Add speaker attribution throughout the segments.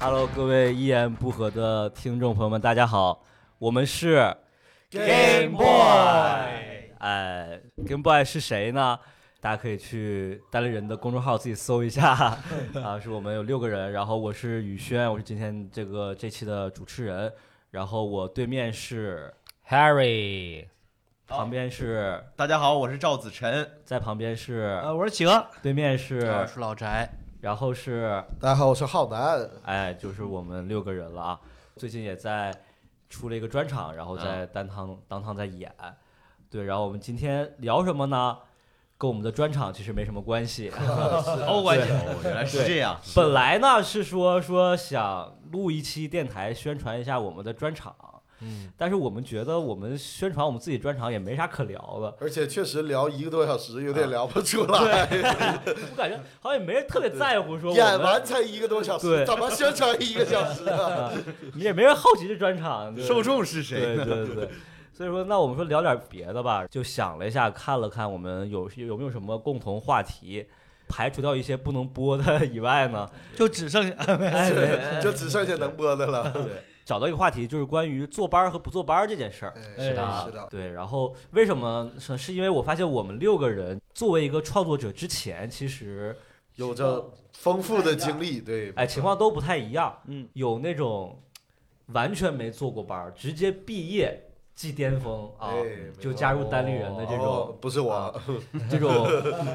Speaker 1: Hello，各位一言不合的听众朋友们，大家好，我们是
Speaker 2: Game Boy
Speaker 1: 哎，Game Boy 是谁呢？大家可以去单立人的公众号自己搜一 下啊，是我们有六个人，然后我是宇轩，我是今天这个这期的主持人，然后我对面是
Speaker 3: Harry，
Speaker 1: 旁边是
Speaker 2: 大家好，我是赵子晨。
Speaker 1: 在旁边是
Speaker 3: 呃，我是企鹅，
Speaker 1: 对面
Speaker 2: 哦
Speaker 1: 是，
Speaker 3: 啊是老宅，
Speaker 1: 然后是
Speaker 4: 大家好，我是浩南。
Speaker 1: 哎，就是我们六个人了啊。最近也在出了一个专场，然后在当堂当堂在演。对，然后我们今天聊什么呢？跟我们的专场其实没什么关系。
Speaker 2: 哦，我哦，原来是这样。
Speaker 1: 本来呢是说说想录一期电台宣传一下我们的专场，
Speaker 3: 嗯，
Speaker 1: 但是我们觉得我们宣传我们自己专场也没啥可聊 的，
Speaker 4: 而且确实聊一个多小时，有点聊不出来。
Speaker 1: 我感觉好像也没人特别在乎啊说我
Speaker 4: 演
Speaker 1: 们，
Speaker 4: 完才一个多小
Speaker 1: 对
Speaker 4: 时，怎么宣传一个小时啊？
Speaker 1: 你也没人好奇这专场。对
Speaker 2: 受众是
Speaker 1: 对
Speaker 2: 谁呢？
Speaker 1: 对对。所以说，那我们说聊点别的吧，就想了一下，看了看我们有有没有什么共同话题，排除掉一些不能播的以外呢，
Speaker 3: 就只剩下
Speaker 2: 嗯
Speaker 1: 哎，对
Speaker 4: 就只剩下能播的了。
Speaker 1: 对，找到一个话题，就是关于坐班儿和不坐班儿这件事儿。啊
Speaker 4: 哎
Speaker 3: 是的
Speaker 4: 是的，
Speaker 1: 对，然后为什么是是因为我发现我们六个人作为一个创作者之前，其实
Speaker 4: 有着丰富的经历，对，
Speaker 1: 哎情况都不太一样，
Speaker 3: 嗯，
Speaker 1: 有那种完全没做过班儿，直接毕业即巅峰啊
Speaker 4: 哎，没
Speaker 1: 就
Speaker 4: 错
Speaker 1: 加入单立人的这种
Speaker 4: 哦，不是我，
Speaker 1: 啊 这种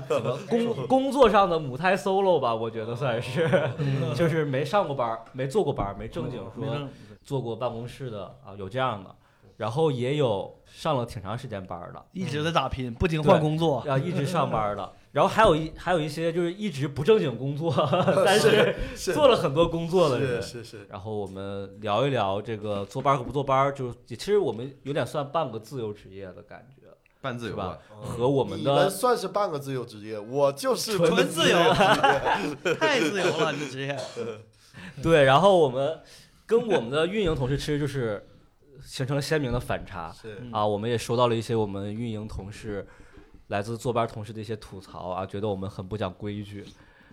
Speaker 1: 怎么工工作上的母胎 solo 吧，我觉得算是， 就是没上过班儿，没做过班嗯儿，没正经说做过办公室的啊，有这样的，然后也有上了挺长时间班儿的，
Speaker 3: 一直在打拼，不停
Speaker 1: 对
Speaker 3: 换工作，
Speaker 1: 啊，一直上班儿的，然后还有一还有一些就是一直不正经工 作，但是
Speaker 4: 是
Speaker 1: 做了很多工作的
Speaker 4: 是
Speaker 1: 人。
Speaker 4: 是是，
Speaker 1: 然后我们聊一聊这个坐班儿和不坐班儿，就是其实我们有点算半个自由职业的感觉，
Speaker 2: 半自由啊
Speaker 1: 是
Speaker 2: 吧
Speaker 1: 吧？和嗯我们
Speaker 4: 你
Speaker 1: 的
Speaker 4: 们算是半个自由职业，我就是
Speaker 1: 纯
Speaker 3: 纯自
Speaker 2: 啊
Speaker 3: 由
Speaker 4: 职业，
Speaker 3: 太自由了，这职 业，
Speaker 1: 对，然后我们跟我们的运营同事其实就是形成了鲜明的反差
Speaker 4: 是
Speaker 1: 啊。我们也收到了一些我们运营同事来自坐班同事的一些吐槽啊，觉得我们很不讲规矩，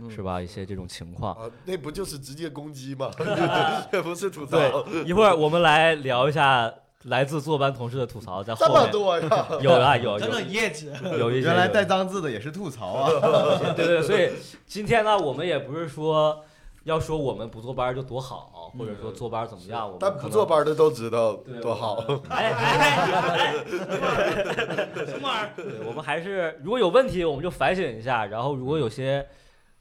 Speaker 1: 是吧？一些这种情况。
Speaker 4: 啊，那不就是直接攻击 吗？ 这不是吐槽，
Speaker 1: 对，一会儿我们来聊一下来自坐班同事的吐槽，在
Speaker 4: 这
Speaker 1: 后
Speaker 4: 么
Speaker 1: 面
Speaker 4: 多呀？
Speaker 1: 有啊有
Speaker 3: 整
Speaker 1: 有
Speaker 3: 整一页纸，
Speaker 1: 有一些
Speaker 2: 原来
Speaker 1: 有
Speaker 2: 带脏字的也是吐槽啊！
Speaker 1: 对对，所以今天呢，我们也不是说要说我们不坐班就多好，或者说坐班怎么样，我们
Speaker 4: 但
Speaker 1: 可
Speaker 4: 不
Speaker 1: 能
Speaker 4: 坐班的都知道
Speaker 1: 对
Speaker 4: 多好。
Speaker 1: 哎哎哎！什么玩意儿？我们还是如果有问题，我们就反省一下，然后如果有些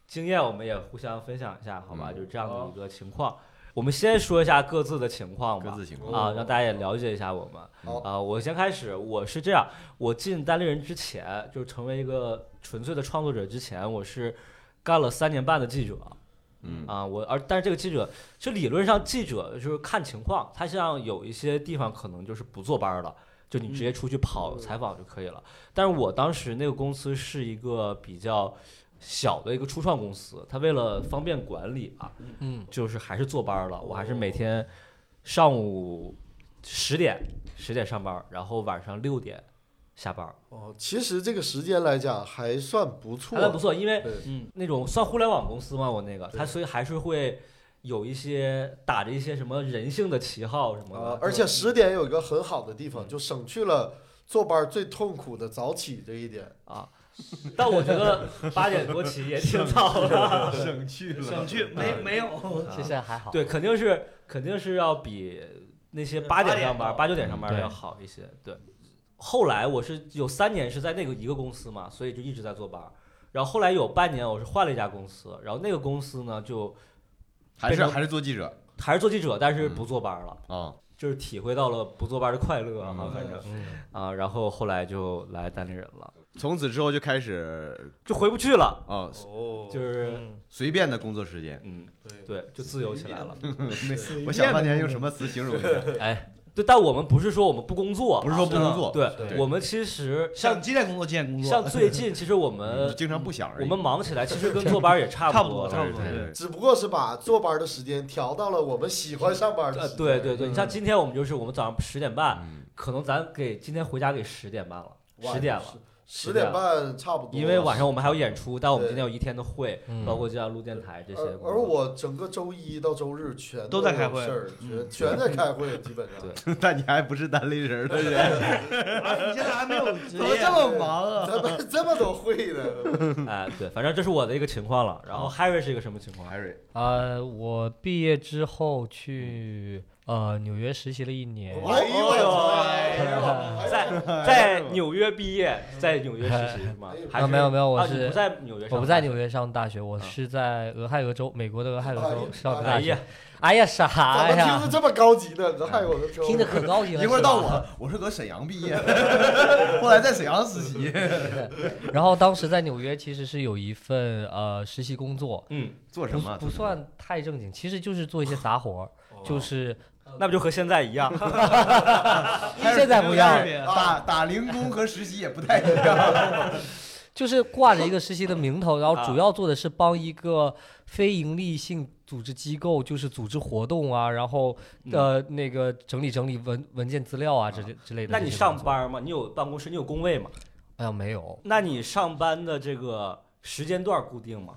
Speaker 1: 经验，我们也互相分享一下，好吧？就是这样的一个情况。我们先说一下各自的情况
Speaker 2: 各
Speaker 1: 吧，
Speaker 2: 自情况。
Speaker 1: 啊，让大家也了解一下我们。
Speaker 4: 好
Speaker 1: 啊，我先开始，我是这样，我进单立人之前，就是成为一个纯粹的创作者之前，我是干了三年半的记者。
Speaker 2: 嗯
Speaker 1: 啊，我而但是这个记者，就理论上记者就是看情况，他像有一些地方可能就是不坐班儿了，就你直接出去跑采访就可以了。但是我当时那个公司是一个比较小的一个初创公司，他为了方便管理啊，
Speaker 3: 嗯，
Speaker 1: 就是还是坐班儿了，我还是每天上午十点十点上班儿，然后晚上六点下班儿，
Speaker 4: 哦，其实这个时间来讲还算不错，
Speaker 1: 还算不错，因为
Speaker 4: 对
Speaker 3: 嗯
Speaker 1: 那种算互联网公司嘛，我那个，它所以还是会有一些打着一些什么人性的旗号什么的，
Speaker 4: 啊，而且十点有一个很好的地
Speaker 1: 嗯
Speaker 4: 方，就省去了坐班最痛苦的早起这一点。
Speaker 1: 啊。但我觉得八点多起也挺 早的，
Speaker 2: 省去
Speaker 3: 省去没没有，
Speaker 1: 其
Speaker 3: 实还好，
Speaker 1: 嗯对，肯定是肯定是要比那些八点上班、八九点上
Speaker 2: 嗯
Speaker 1: 班的要好一些。对，后来我是有三年是在那个一个公司嘛，所以就一直在坐班。然后后来有半年我是换了一家公司，然后那个公司呢就
Speaker 2: 还
Speaker 1: 变
Speaker 2: 是
Speaker 1: 成
Speaker 2: 还是做记者
Speaker 1: 还是做记者，但是不坐班了，
Speaker 2: 啊？
Speaker 1: 就是体会到了不坐班的快乐啊，
Speaker 2: 嗯
Speaker 1: 反正啊，然后后来就来单立人了，
Speaker 2: 从此之后就开始
Speaker 1: 就回不去了，
Speaker 2: 啊，
Speaker 4: 哦
Speaker 1: 就是
Speaker 2: 随便的工作 时间。
Speaker 1: 嗯，
Speaker 4: 对，
Speaker 1: 对，就自由起来了。
Speaker 2: 我想半天用什么词形容一下，
Speaker 1: 哎，对，但我们不是说我们不工作，啊嗯
Speaker 2: 不是说不工作，
Speaker 1: 对
Speaker 4: 对
Speaker 1: 我们其实像
Speaker 3: 想几点工作几点工作，
Speaker 1: 像最近，其实我
Speaker 2: 就
Speaker 1: 们
Speaker 2: 经常不想而
Speaker 1: 我
Speaker 2: 已。哦
Speaker 1: 们忙起来，其实跟坐班也差
Speaker 3: 差
Speaker 1: 不
Speaker 3: 不多
Speaker 1: 多
Speaker 3: 差
Speaker 1: 了。
Speaker 3: 不多
Speaker 2: 对对对
Speaker 4: 只不过是把坐班的时间调到了我们喜欢上班的
Speaker 1: 呃
Speaker 4: 时，间。
Speaker 1: 对对对，你
Speaker 4: 嗯
Speaker 1: 像今天我们就是我们早上十点半，
Speaker 2: 嗯
Speaker 1: 可能咱给今天回家给十点半了，
Speaker 4: 哇，
Speaker 1: 十点了，
Speaker 4: 嗯十点半差不多。
Speaker 1: 因为晚上我们还有演出，但我们
Speaker 4: 对
Speaker 1: 今天有一天的会，
Speaker 5: 嗯
Speaker 1: 包括就要录电台这些嗯
Speaker 4: 而
Speaker 1: 工作。
Speaker 4: 而我整个周一到周日全
Speaker 3: 都在开会
Speaker 4: 有事儿全全在开会，基本上。
Speaker 1: 嗯对
Speaker 2: 但你还不是单立人的人，
Speaker 3: 你现在还没有 职
Speaker 4: 怎么
Speaker 3: 业
Speaker 4: 这，
Speaker 2: 么忙啊！
Speaker 4: 怎 么这么多会呢？
Speaker 1: 哎，对，反正这是我的一个情况了。然后 Harry 是一个什么情况？
Speaker 2: Harry，
Speaker 5: 呃，我毕业之后去呃纽约实习了一年，
Speaker 1: 哦
Speaker 4: 哎呦我操！哎呦哎呦
Speaker 1: 在在纽约毕业，在纽约实习是吗？还是
Speaker 5: 啊没有没有我
Speaker 1: 啊
Speaker 5: 是
Speaker 1: 你不在纽约上班，
Speaker 5: 我不在纽约上大学，我
Speaker 1: 啊
Speaker 5: 是在俄亥俄州，美国的俄亥俄州上的
Speaker 1: 哎呀
Speaker 5: 大学。，哎呀，
Speaker 4: 怎
Speaker 5: 啥
Speaker 4: 么听
Speaker 5: 呀
Speaker 4: 着？这么高级呢？俄亥俄州
Speaker 5: 听着可 高级了。
Speaker 2: 一会儿到
Speaker 5: 是吧
Speaker 2: 我，我是搁沈阳毕业， 后来在沈阳实习。
Speaker 5: 然后当时在纽约其实是有一份呃实习工作，
Speaker 1: 嗯，
Speaker 2: 做什
Speaker 5: 不
Speaker 2: 么？
Speaker 5: 不算太正经，其实就是做一
Speaker 1: 啊
Speaker 5: 些杂活儿，
Speaker 1: 哦
Speaker 5: 就是
Speaker 1: 那不就和现在一样？
Speaker 5: 现在不一样了，
Speaker 2: 打打零工和实习也不太一样。
Speaker 5: 就是挂着一个实习的 名头，然
Speaker 1: 啊
Speaker 5: 后主要做的是帮一个非营利性组织机构，就是组织活动啊，然后
Speaker 1: 嗯
Speaker 5: 呃那个整理整理文文件资料啊之类之类的
Speaker 1: 那
Speaker 5: 这些工作。
Speaker 1: 你上班吗？你有办公室，你有工位吗？
Speaker 5: 哎呀没有，
Speaker 1: 那你上班的这个时间段固定吗？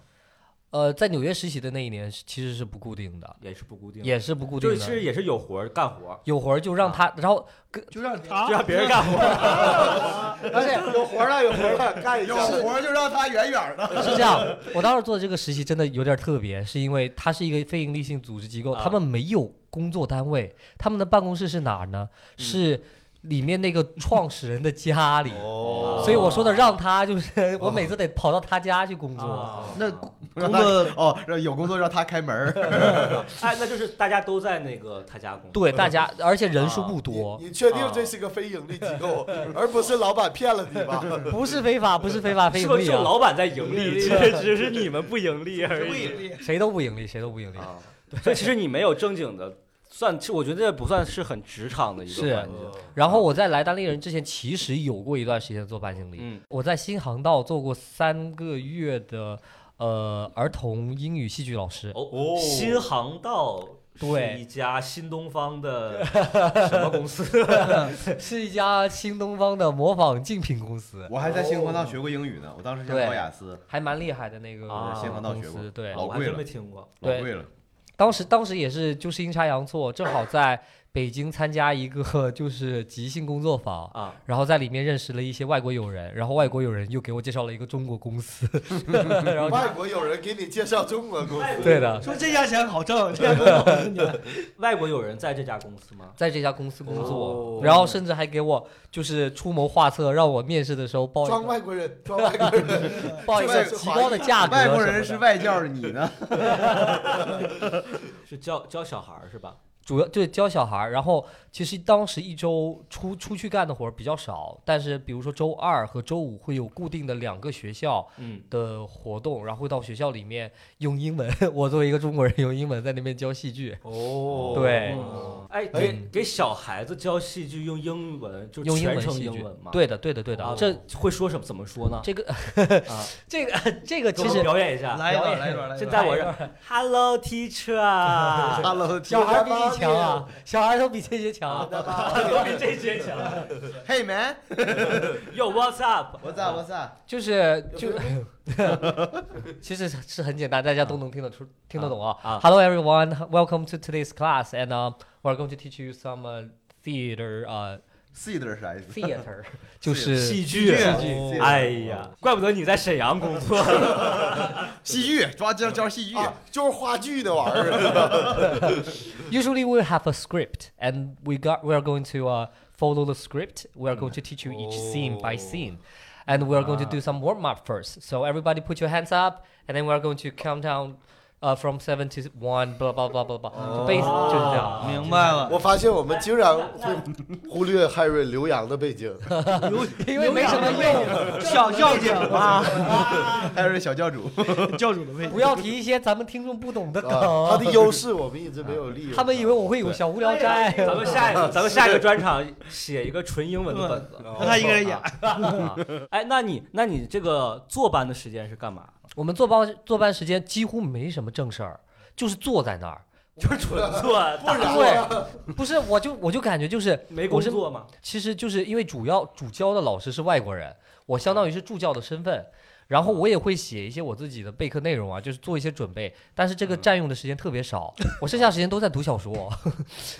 Speaker 5: 呃，在纽约实习的那一年是其实是不固定的，
Speaker 1: 也是不固定，
Speaker 5: 也是不固定
Speaker 1: 就
Speaker 5: 的，
Speaker 1: 是啊也是有活儿干活儿，
Speaker 5: 有活儿就让他，然后
Speaker 3: 就让
Speaker 1: 就
Speaker 2: 啊
Speaker 3: 他
Speaker 1: 让别人干活儿。
Speaker 4: 哎，有活儿了，有活儿了，干一
Speaker 2: 有
Speaker 4: 下。
Speaker 2: 活儿就让他远远的。
Speaker 5: 是这样，我当时做的这个实习真的有点特别，是因为它是一个非营利性组织机构，
Speaker 1: 啊
Speaker 5: 他们没有工作单位，他们的办公室是哪儿呢？
Speaker 1: 嗯
Speaker 5: 是里面那个创始人的家里。
Speaker 1: 哦
Speaker 5: 所以我说的让他就是，我每次得跑到他家去工作。
Speaker 1: 啊
Speaker 3: 那
Speaker 2: 工
Speaker 3: 工
Speaker 2: 作
Speaker 3: 作
Speaker 2: 哦，让有工作让他开门儿。
Speaker 1: 哎，那就是大家都在那个他家工作。
Speaker 5: 对大家，而且人数不
Speaker 4: 你
Speaker 5: 多，啊
Speaker 4: 你确定这是个非盈利机构，而不是老板骗了你 吧？
Speaker 5: 不是非法，不是非法，非
Speaker 1: 是
Speaker 5: 盈
Speaker 1: 不是
Speaker 5: 利
Speaker 1: 就
Speaker 5: 啊，
Speaker 1: 老板在盈利，只只是你们不盈利而已。
Speaker 5: 谁都不盈利，谁都不盈利。
Speaker 1: 啊，所以其实你没有正经的，算，其实我觉得这不算是很职场的一个
Speaker 5: 是
Speaker 1: 环境。
Speaker 5: 然后我在来单立人之前，其实有过一段时间做半经理，
Speaker 1: 嗯
Speaker 5: 我在新航道做过三个月的呃儿童英语戏剧老师，
Speaker 1: 哦，新航道
Speaker 5: 对
Speaker 1: 是一家新东方 的什么公司？
Speaker 5: 是一家新东方的模仿竞品公司，
Speaker 2: 我还在新航道学过英语呢，我当时想
Speaker 5: 对
Speaker 2: 考雅思，
Speaker 5: 还蛮厉害的那个
Speaker 1: 啊
Speaker 2: 新航道
Speaker 5: 公
Speaker 2: 学过
Speaker 5: 司。对
Speaker 2: 老，
Speaker 1: 我还
Speaker 2: 贵
Speaker 1: 真
Speaker 2: 了
Speaker 1: 没听过。
Speaker 2: 老
Speaker 5: 对
Speaker 2: 贵了。
Speaker 5: 当时当时也是就是阴差阳错，正好在北京参加一个 就是即兴工作坊。
Speaker 1: 啊，
Speaker 5: 然后在里面认识了一些外国友人，然后外国友人又给我介绍了一个中国公司，然后
Speaker 4: 外国有人给你介绍中国公司，
Speaker 5: 对 的，
Speaker 3: 说这家钱好挣，这家工作好挣钱
Speaker 1: 外国有人在这家公司吗？
Speaker 5: 在这家公司工作，
Speaker 1: 哦
Speaker 5: 然后甚至还给我就是出谋划策，让我面试的时候报一
Speaker 4: 装
Speaker 5: 个
Speaker 4: 外国人，装外国人。
Speaker 5: 报一个
Speaker 4: 是
Speaker 5: 极高的价格什么
Speaker 2: 外国
Speaker 5: 的。
Speaker 2: 人是外教，你呢？
Speaker 1: 是教教小孩儿是吧？
Speaker 5: 主要对教小孩儿，然后其实当时一周出出去干的活儿比较少，但是比如说周二和周五会有固定的两个学校
Speaker 1: 嗯，
Speaker 5: 的活动，然后会到学校里面用英文， 我作为一个中国人用英文在那边教戏剧，
Speaker 1: 哦
Speaker 5: 对
Speaker 1: 哎，给给小孩子教戏剧用英文，就
Speaker 5: 用英
Speaker 1: 全
Speaker 5: 文
Speaker 1: 程
Speaker 5: 戏
Speaker 1: 英
Speaker 5: 剧
Speaker 1: 文嘛？，
Speaker 5: 对的，对的，对的，
Speaker 1: 啊，
Speaker 5: 这
Speaker 1: 会说什么？怎么说呢？
Speaker 5: 这个
Speaker 1: 啊
Speaker 5: 这个这个
Speaker 1: 给
Speaker 5: 其
Speaker 1: 我
Speaker 5: 实
Speaker 1: 们表演一下。
Speaker 3: 来一段，来一段，来一段。
Speaker 1: 现在我是 Hello teacher，
Speaker 2: 哈喽，
Speaker 5: 小孩儿比你强啊，小孩儿都比这些强啊。
Speaker 1: 我比这些强。
Speaker 2: 嘿 man，
Speaker 1: Yo what's up？
Speaker 2: 我咋我咋？
Speaker 5: 就是就， 其实是很简单，大家都能听得出、听得懂啊。
Speaker 1: 啊
Speaker 5: Hello everyone, welcome to today's class, and、we're um, going to teach you some、theater, uh,
Speaker 2: 细的是啥意思？
Speaker 5: theater，就是
Speaker 1: 戏剧，
Speaker 2: 戏剧
Speaker 1: 哎呀，怪不得你在沈阳工 作。
Speaker 2: 戏剧，抓教教戏剧。
Speaker 4: 啊，就是话剧那玩意 儿。
Speaker 5: usually we have a script, and we got we are going to、follow uh, the script. We are going to teach you each scene by scene. And we are going to do some warm up first. So everybody put your hands up, and then we are going to count down, uh, from seven to one, blah blah blah blah blah. So base 就是这 样。
Speaker 3: 明白了，
Speaker 4: 我发现我们竟然会忽略 Harry 刘洋的背景，
Speaker 5: 因为没什么用，
Speaker 3: 小教 主吧，
Speaker 2: 还有小教主，
Speaker 3: 啊 教主的位置
Speaker 5: 不要提一些咱们听众不 懂 的
Speaker 4: 啊，他
Speaker 5: 梗。
Speaker 4: 的优势我们一直没有利用。
Speaker 5: 哦啊他们以为我会有小无聊斋，
Speaker 1: 咱们下一个，咱们下一个专场写一个纯英文的本子，
Speaker 2: 哦
Speaker 3: 让他一个人演。
Speaker 1: 啊哎，那你那你这个坐班的时间是干嘛？
Speaker 5: 我们坐班坐班时间几乎没什么正事儿，就是坐在那儿。
Speaker 1: 就是纯做打
Speaker 4: 然
Speaker 1: 坐，
Speaker 5: 对，不是，我就我就感觉就是
Speaker 1: 没工
Speaker 5: 我是
Speaker 1: 作嘛。
Speaker 5: 其实就是因为主要主教的老师是外国人，我相当于是助教的身份，然后我也会写一些我自己的备课内容啊，就是做一些准备，但是这个占用的时间特别少，我剩下时间都在读小说，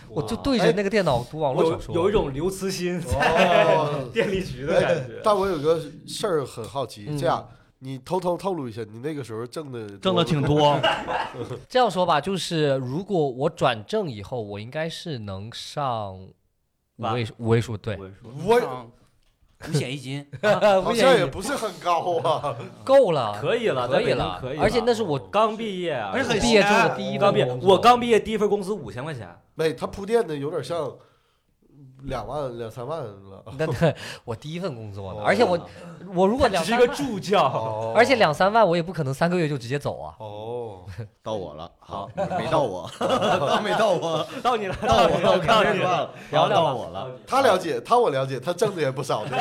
Speaker 5: 我就对着那个电脑读网络小
Speaker 1: 哎有
Speaker 5: 说，
Speaker 1: 有一种刘慈欣
Speaker 4: 哦
Speaker 1: 电力局的感觉。
Speaker 4: 但我有个事儿很好奇，
Speaker 5: 嗯
Speaker 4: 这样你偷偷透露一下，你那个时候挣的
Speaker 3: 挣的挺多，
Speaker 5: 这样说吧，就是如果我转正以后，我应该是能上五
Speaker 1: 万
Speaker 5: 位数五位数， 对，
Speaker 1: 我说
Speaker 4: 我
Speaker 6: 五险一金，
Speaker 4: 好
Speaker 5: 好
Speaker 4: 像 也不是很高啊。
Speaker 5: 够了，
Speaker 1: 可以了，
Speaker 5: 可
Speaker 1: 在
Speaker 5: 以
Speaker 1: 北京
Speaker 5: 了，
Speaker 1: 可以了。
Speaker 5: 而且那是我
Speaker 1: 刚毕业啊，
Speaker 3: 而且很
Speaker 5: 毕业之后
Speaker 3: 闲
Speaker 5: 的第一
Speaker 1: 刚
Speaker 5: 份
Speaker 1: 毕业，
Speaker 5: 工作
Speaker 1: 我刚毕业第一份工资五千块钱，
Speaker 4: 没，他铺垫的有点像两万两三万了。
Speaker 5: 那那 我第一份工作呢，
Speaker 4: 哦
Speaker 5: 而且我我如 果
Speaker 1: 只
Speaker 5: 两
Speaker 1: 是一
Speaker 5: 三
Speaker 1: 个
Speaker 5: 万，
Speaker 1: 助 教。
Speaker 4: 哦
Speaker 5: 而且两三万我也不可能三个月就直接走啊。
Speaker 4: 哦，
Speaker 7: 到我了，
Speaker 1: 好，
Speaker 7: 没到我，
Speaker 2: 刚没到我，
Speaker 1: 到你了，
Speaker 2: 到
Speaker 1: 你
Speaker 2: 我
Speaker 1: 了，到
Speaker 2: 了，看
Speaker 1: 你
Speaker 2: 见
Speaker 1: 了，
Speaker 2: 了，
Speaker 1: 聊聊
Speaker 7: 到
Speaker 1: 吧
Speaker 7: 我了。
Speaker 4: 他了解，他我了解，他挣的也不少 呢。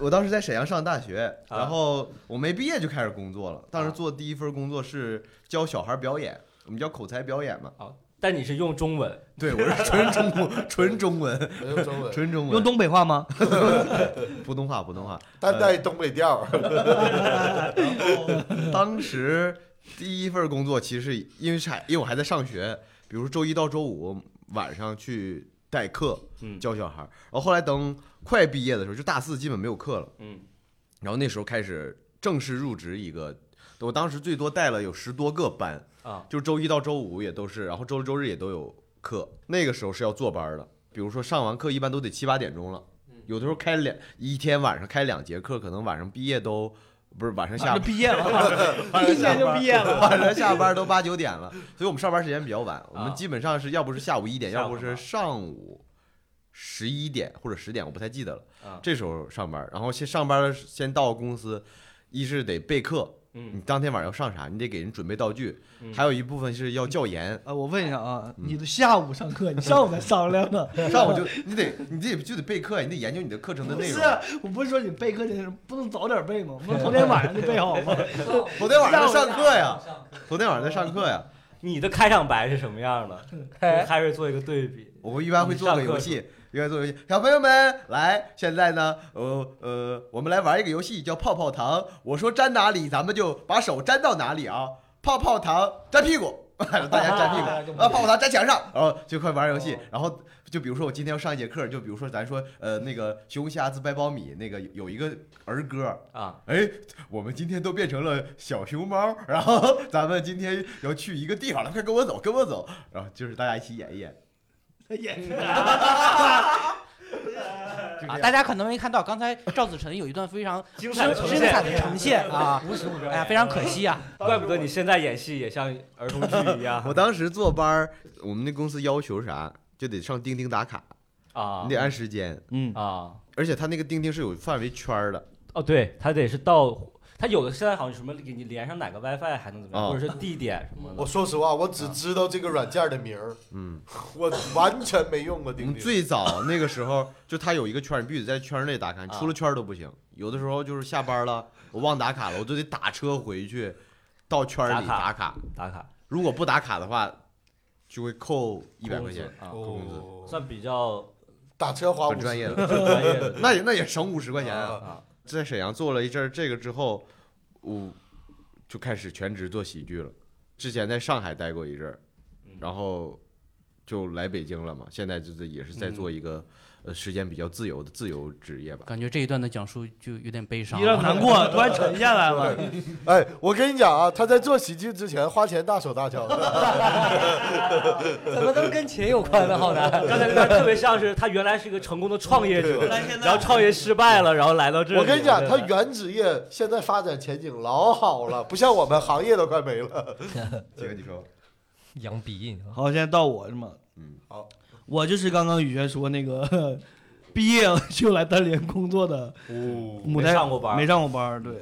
Speaker 2: 我当时在沈阳上大学，
Speaker 1: 啊
Speaker 2: 然后我没毕业就开始工作了。当时做第一份工作是教小孩表演，我们叫口才表演嘛。
Speaker 1: 但你是用中文，
Speaker 2: 对，我是纯中文，纯中文，
Speaker 4: 没有中文，
Speaker 2: 纯中
Speaker 3: 用
Speaker 2: 文，
Speaker 3: 东北话 吗？
Speaker 2: 普通话，普通话。
Speaker 4: 但带东北调儿。
Speaker 2: 当时第一份工作其实是因为是还因为我还在上学，比如周一到周五晚上去代课
Speaker 1: 嗯
Speaker 2: 教小孩儿，然后后来等快毕业的时候，就大四基本没有课了，
Speaker 1: 嗯，
Speaker 2: 然后那时候开始正式入职一个。我当时最多带了有十多个班
Speaker 1: 啊，
Speaker 2: 就周一到周五也都是，然后周六周日也都有课。那个时候是要坐班儿的，比如说上完课一般都得七八点钟了，有的时候开两一天晚上开两节课，可能晚上毕业都不是晚上下
Speaker 3: 就毕业了，
Speaker 2: 晚
Speaker 3: 一
Speaker 2: 上下
Speaker 3: 年就
Speaker 2: 班
Speaker 3: 毕业了。
Speaker 2: 晚上下班都八九点 了，所以我们上班时间比较晚。我
Speaker 1: 啊
Speaker 2: 们基本上是要不是下午一点，
Speaker 1: 下午
Speaker 2: 要不是上午十一点或者十点，我不太记得了
Speaker 1: 啊。
Speaker 2: 这时候上班，然后先上班先到公司，一是得备课，
Speaker 1: 嗯
Speaker 2: 你当天晚上要上啥，你得给人准备道具
Speaker 1: 嗯，
Speaker 2: 还有一部分是要教研。
Speaker 3: 呃，我问一下啊，
Speaker 2: 嗯
Speaker 3: 你都下午上课，你上午才商量呢。
Speaker 2: 上午就你得你得就得备课，你得研究你的课程的
Speaker 3: 不
Speaker 2: 内
Speaker 3: 是啊
Speaker 2: 容。，
Speaker 3: 我不是说你备课这件事不能早点备吗？不 能昨天晚上就备好吗？
Speaker 2: 昨天晚上在上课呀，昨天晚上在上课呀。
Speaker 1: 你的开场白是什么样的？跟
Speaker 5: 哎，
Speaker 1: 开瑞做一个对比，
Speaker 2: 我们一般会做个游戏，一般做游戏。小朋友们，来，现在呢，呃呃，我们来玩一个游戏，叫泡泡糖。我说粘哪里，咱们就把手粘到哪里啊。泡泡糖粘屁股， 大家粘屁股。啊，泡泡糖粘墙上，然后就快玩游戏。然后就比如说我今天要上一节课，就比如说咱说，呃，那个熊瞎子掰苞米，那个有有一个儿歌，
Speaker 1: 啊，
Speaker 2: 哎，我们今天都变成了小熊猫，然后咱们今天要去一个地方了，快跟我走，跟我走。然后就是大家一起演一演，就这
Speaker 6: 啊，
Speaker 2: 样。
Speaker 6: 大家可能没看到，刚才赵子晨有一段非 常
Speaker 1: 精
Speaker 6: 精
Speaker 1: 彩
Speaker 6: 彩
Speaker 1: 的呈现
Speaker 6: 的呈现啊，
Speaker 5: 无实物表
Speaker 6: 哎呀，非常可惜啊，
Speaker 1: 怪不得你现在演戏也像儿童剧一样
Speaker 2: 我当时坐班儿，我们那公司要求啥，就得上钉钉打卡，
Speaker 1: 啊
Speaker 2: 你得按时间，
Speaker 3: 嗯，
Speaker 1: 啊
Speaker 2: 而且他那个钉钉是有范围圈儿的，
Speaker 1: 哦，对，他得是到他有的现在好像什么给你连上哪个 WiFi 还能怎么样，
Speaker 2: 啊
Speaker 1: 或者是地点什么
Speaker 4: 我
Speaker 1: 的。
Speaker 4: 说实话，我只知道这个软件的名儿，
Speaker 2: 嗯，
Speaker 4: 我完全没用过
Speaker 2: 我
Speaker 4: 钉
Speaker 2: 们
Speaker 4: 钉。
Speaker 2: 最早那个时候就他有一个圈儿，你必须得在圈儿内打卡，你出了圈儿都不行。有的时候就是下班了，我忘打卡了，我就得打车回去，到圈儿里
Speaker 1: 打卡
Speaker 2: 打卡。
Speaker 1: 打卡
Speaker 2: 如果不打卡的话，就会扣一百块钱，
Speaker 1: 啊，
Speaker 4: 哦，
Speaker 1: 算比较
Speaker 4: 打车花五
Speaker 2: 很
Speaker 4: 十
Speaker 2: 专业的。
Speaker 1: 专业 的
Speaker 2: 那也那也省五十块钱啊。
Speaker 1: 啊。
Speaker 2: 在沈阳做了一阵儿这个之后，我就开始全职做喜剧了。之前在上海待过一阵儿
Speaker 1: 嗯，
Speaker 2: 然后就来北京了嘛。现在就是也是在做一个呃时间比较自由的自由职业吧。
Speaker 6: 感觉这一段的讲述就有点悲伤
Speaker 3: 有点
Speaker 6: 了。
Speaker 3: 难过，突然沉下来了。
Speaker 4: 哎，我跟你讲啊，他在做喜剧之前花钱大手大脚的，
Speaker 5: 怎么都跟钱有关呢？好 难。
Speaker 1: 刚才那段特别像是他原来是一个成功的创业者，然后创业失败了，然后来到这里。
Speaker 4: 我跟你讲，
Speaker 1: 对
Speaker 4: 他原职业现在发展前景老好了，不像我们行业都快没了。
Speaker 2: 杰呃哥，你说
Speaker 5: 杨鼻音啊，
Speaker 3: 好，现在到我是吗？
Speaker 2: 嗯，
Speaker 4: 好，
Speaker 3: 我就是刚刚雨轩说那个毕业了就来单联工作的母
Speaker 4: 哦
Speaker 1: 没
Speaker 3: 胎
Speaker 1: 上过班
Speaker 3: 没上过班儿，对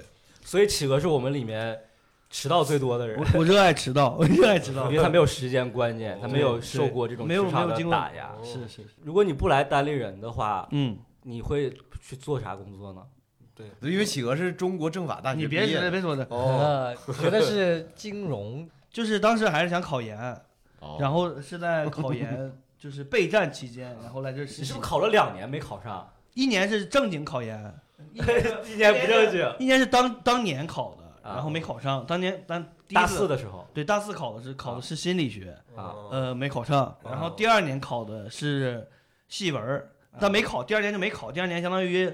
Speaker 1: 所以企鹅是我们里面迟到最多的人，
Speaker 3: 我我热爱迟到，我热爱迟到
Speaker 1: 因为，他没有时间观念，他没有受过这种
Speaker 3: 没有
Speaker 1: 职场
Speaker 3: 没有
Speaker 1: 的
Speaker 3: 经过
Speaker 1: 打压。
Speaker 3: 是是，
Speaker 1: 如果你不来单立人的话，
Speaker 3: 嗯，
Speaker 1: 你会去做啥工作呢？
Speaker 2: 因为企鹅是中国政法大学
Speaker 3: 你
Speaker 2: 毕
Speaker 3: 别
Speaker 2: 业
Speaker 3: 别
Speaker 2: 的，
Speaker 3: 别说这，
Speaker 4: 哦，
Speaker 5: 呃，学的是金融
Speaker 3: 就是当时还是想考研，
Speaker 2: 哦
Speaker 3: 然后是在考研 就是备战期间，然后来这实
Speaker 1: 你是
Speaker 3: 习
Speaker 1: 不是，考了两年没考上？
Speaker 3: 一年是正经考研，
Speaker 1: 一年不正经。
Speaker 3: 一年是当当年考的，
Speaker 1: 啊
Speaker 3: 然后没考上，当年当第一
Speaker 1: 大
Speaker 3: 次
Speaker 1: 四的时候
Speaker 3: 对大四考的是考的是心理学，
Speaker 1: 啊
Speaker 4: 哦
Speaker 3: 呃没考上，然后第二年考的是戏文儿，
Speaker 1: 啊
Speaker 3: 但没考，第二年就没考，第二年相当于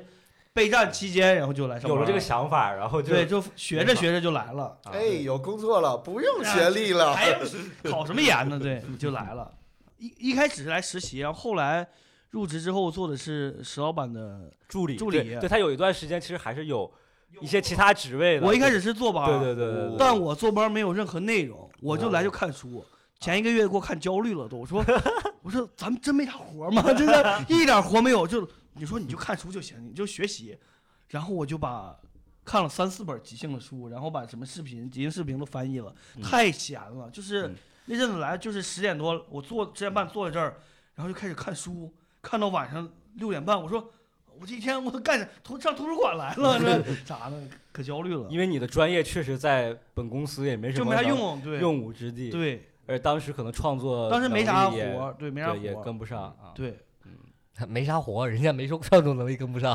Speaker 3: 备战期间，然后就来上班
Speaker 1: 有了这个想法，然后就
Speaker 3: 对，就学着学着就来了，
Speaker 1: 啊
Speaker 4: 哎，有工作了，不用学历了。
Speaker 3: 还考什么研呢？对，就来了。一一开始是来实习，然后后来入职之后做的是石老板的，
Speaker 1: 助理
Speaker 3: 助理
Speaker 1: 对对他有一段时间其实还是有一些其他职位的。
Speaker 3: 我一开始是坐班，
Speaker 1: 对对对对哦对，
Speaker 3: 但我坐班没有任何内容，我就来就看书。前一个月给我看焦虑了都，我说 我说咱们真没啥活吗？真的，一点活没有。就你说你就看书就行，你就学习。然后我就把看了三四本即兴的书，然后把什么视频、即兴视频都翻译了，
Speaker 6: 嗯
Speaker 3: 太闲了。就是、
Speaker 6: 嗯
Speaker 3: 那阵子来就是十点多，我坐十点半坐在这儿，然后就开始看书，看到晚上六点半，我说我这一天我都干啥？图上图书馆来 了，这咋的？可焦虑了，
Speaker 1: 因为你的专业确实在本公司也没什
Speaker 3: 就
Speaker 1: 么
Speaker 3: 没啥
Speaker 1: 能
Speaker 4: 啊
Speaker 3: 用，对
Speaker 1: 用武之地，
Speaker 3: 对。
Speaker 1: 而当时可能创作
Speaker 3: 当时没啥
Speaker 1: 能
Speaker 3: 活
Speaker 1: 力也
Speaker 3: 儿，对，没啥
Speaker 1: 对也
Speaker 3: 活儿，
Speaker 1: 跟不上啊，
Speaker 3: 对，
Speaker 5: 没啥活，人家没说创作能力跟不上。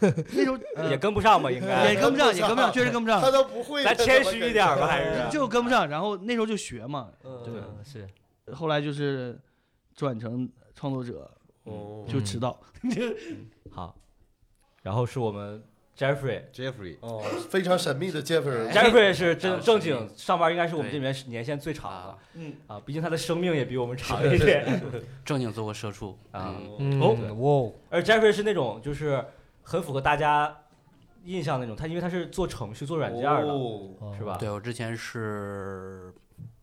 Speaker 3: 那时候呃
Speaker 1: 也跟不上吧，应 该
Speaker 3: 也跟不上，也跟不上，确实跟不
Speaker 4: 他
Speaker 3: 上，
Speaker 4: 都不会，
Speaker 1: 咱
Speaker 4: 他怎
Speaker 1: 谦
Speaker 4: 么
Speaker 1: 虚
Speaker 4: 跟
Speaker 1: 一点
Speaker 4: 你
Speaker 1: 吧，
Speaker 4: 说
Speaker 1: 还是
Speaker 4: 呀
Speaker 3: 就跟不上。然后那时候就学嘛，对
Speaker 5: 嗯，是
Speaker 3: 后来就是转成创作者，
Speaker 4: 哦
Speaker 3: 就迟到。
Speaker 1: 好。然后是我们 Jeffrey，Jeffrey
Speaker 2: Jeffrey，
Speaker 4: 哦，非常神秘的 Jeffrey，
Speaker 1: 是正
Speaker 6: 啊
Speaker 1: 正
Speaker 6: 是
Speaker 1: 经上班，应该是我们这
Speaker 6: 对
Speaker 1: 里面年限最长的
Speaker 3: 嗯，
Speaker 1: 啊，毕竟他的生命也比我们长一点。
Speaker 6: 正经做过社畜
Speaker 1: 啊
Speaker 6: 嗯
Speaker 5: 嗯，
Speaker 1: 哦
Speaker 5: 哇，
Speaker 1: 而 Jeffrey 是那种就是很符合大家印象那种，他因为他是做程序、做软件的，
Speaker 4: 哦
Speaker 1: 是吧？
Speaker 6: 对我之前是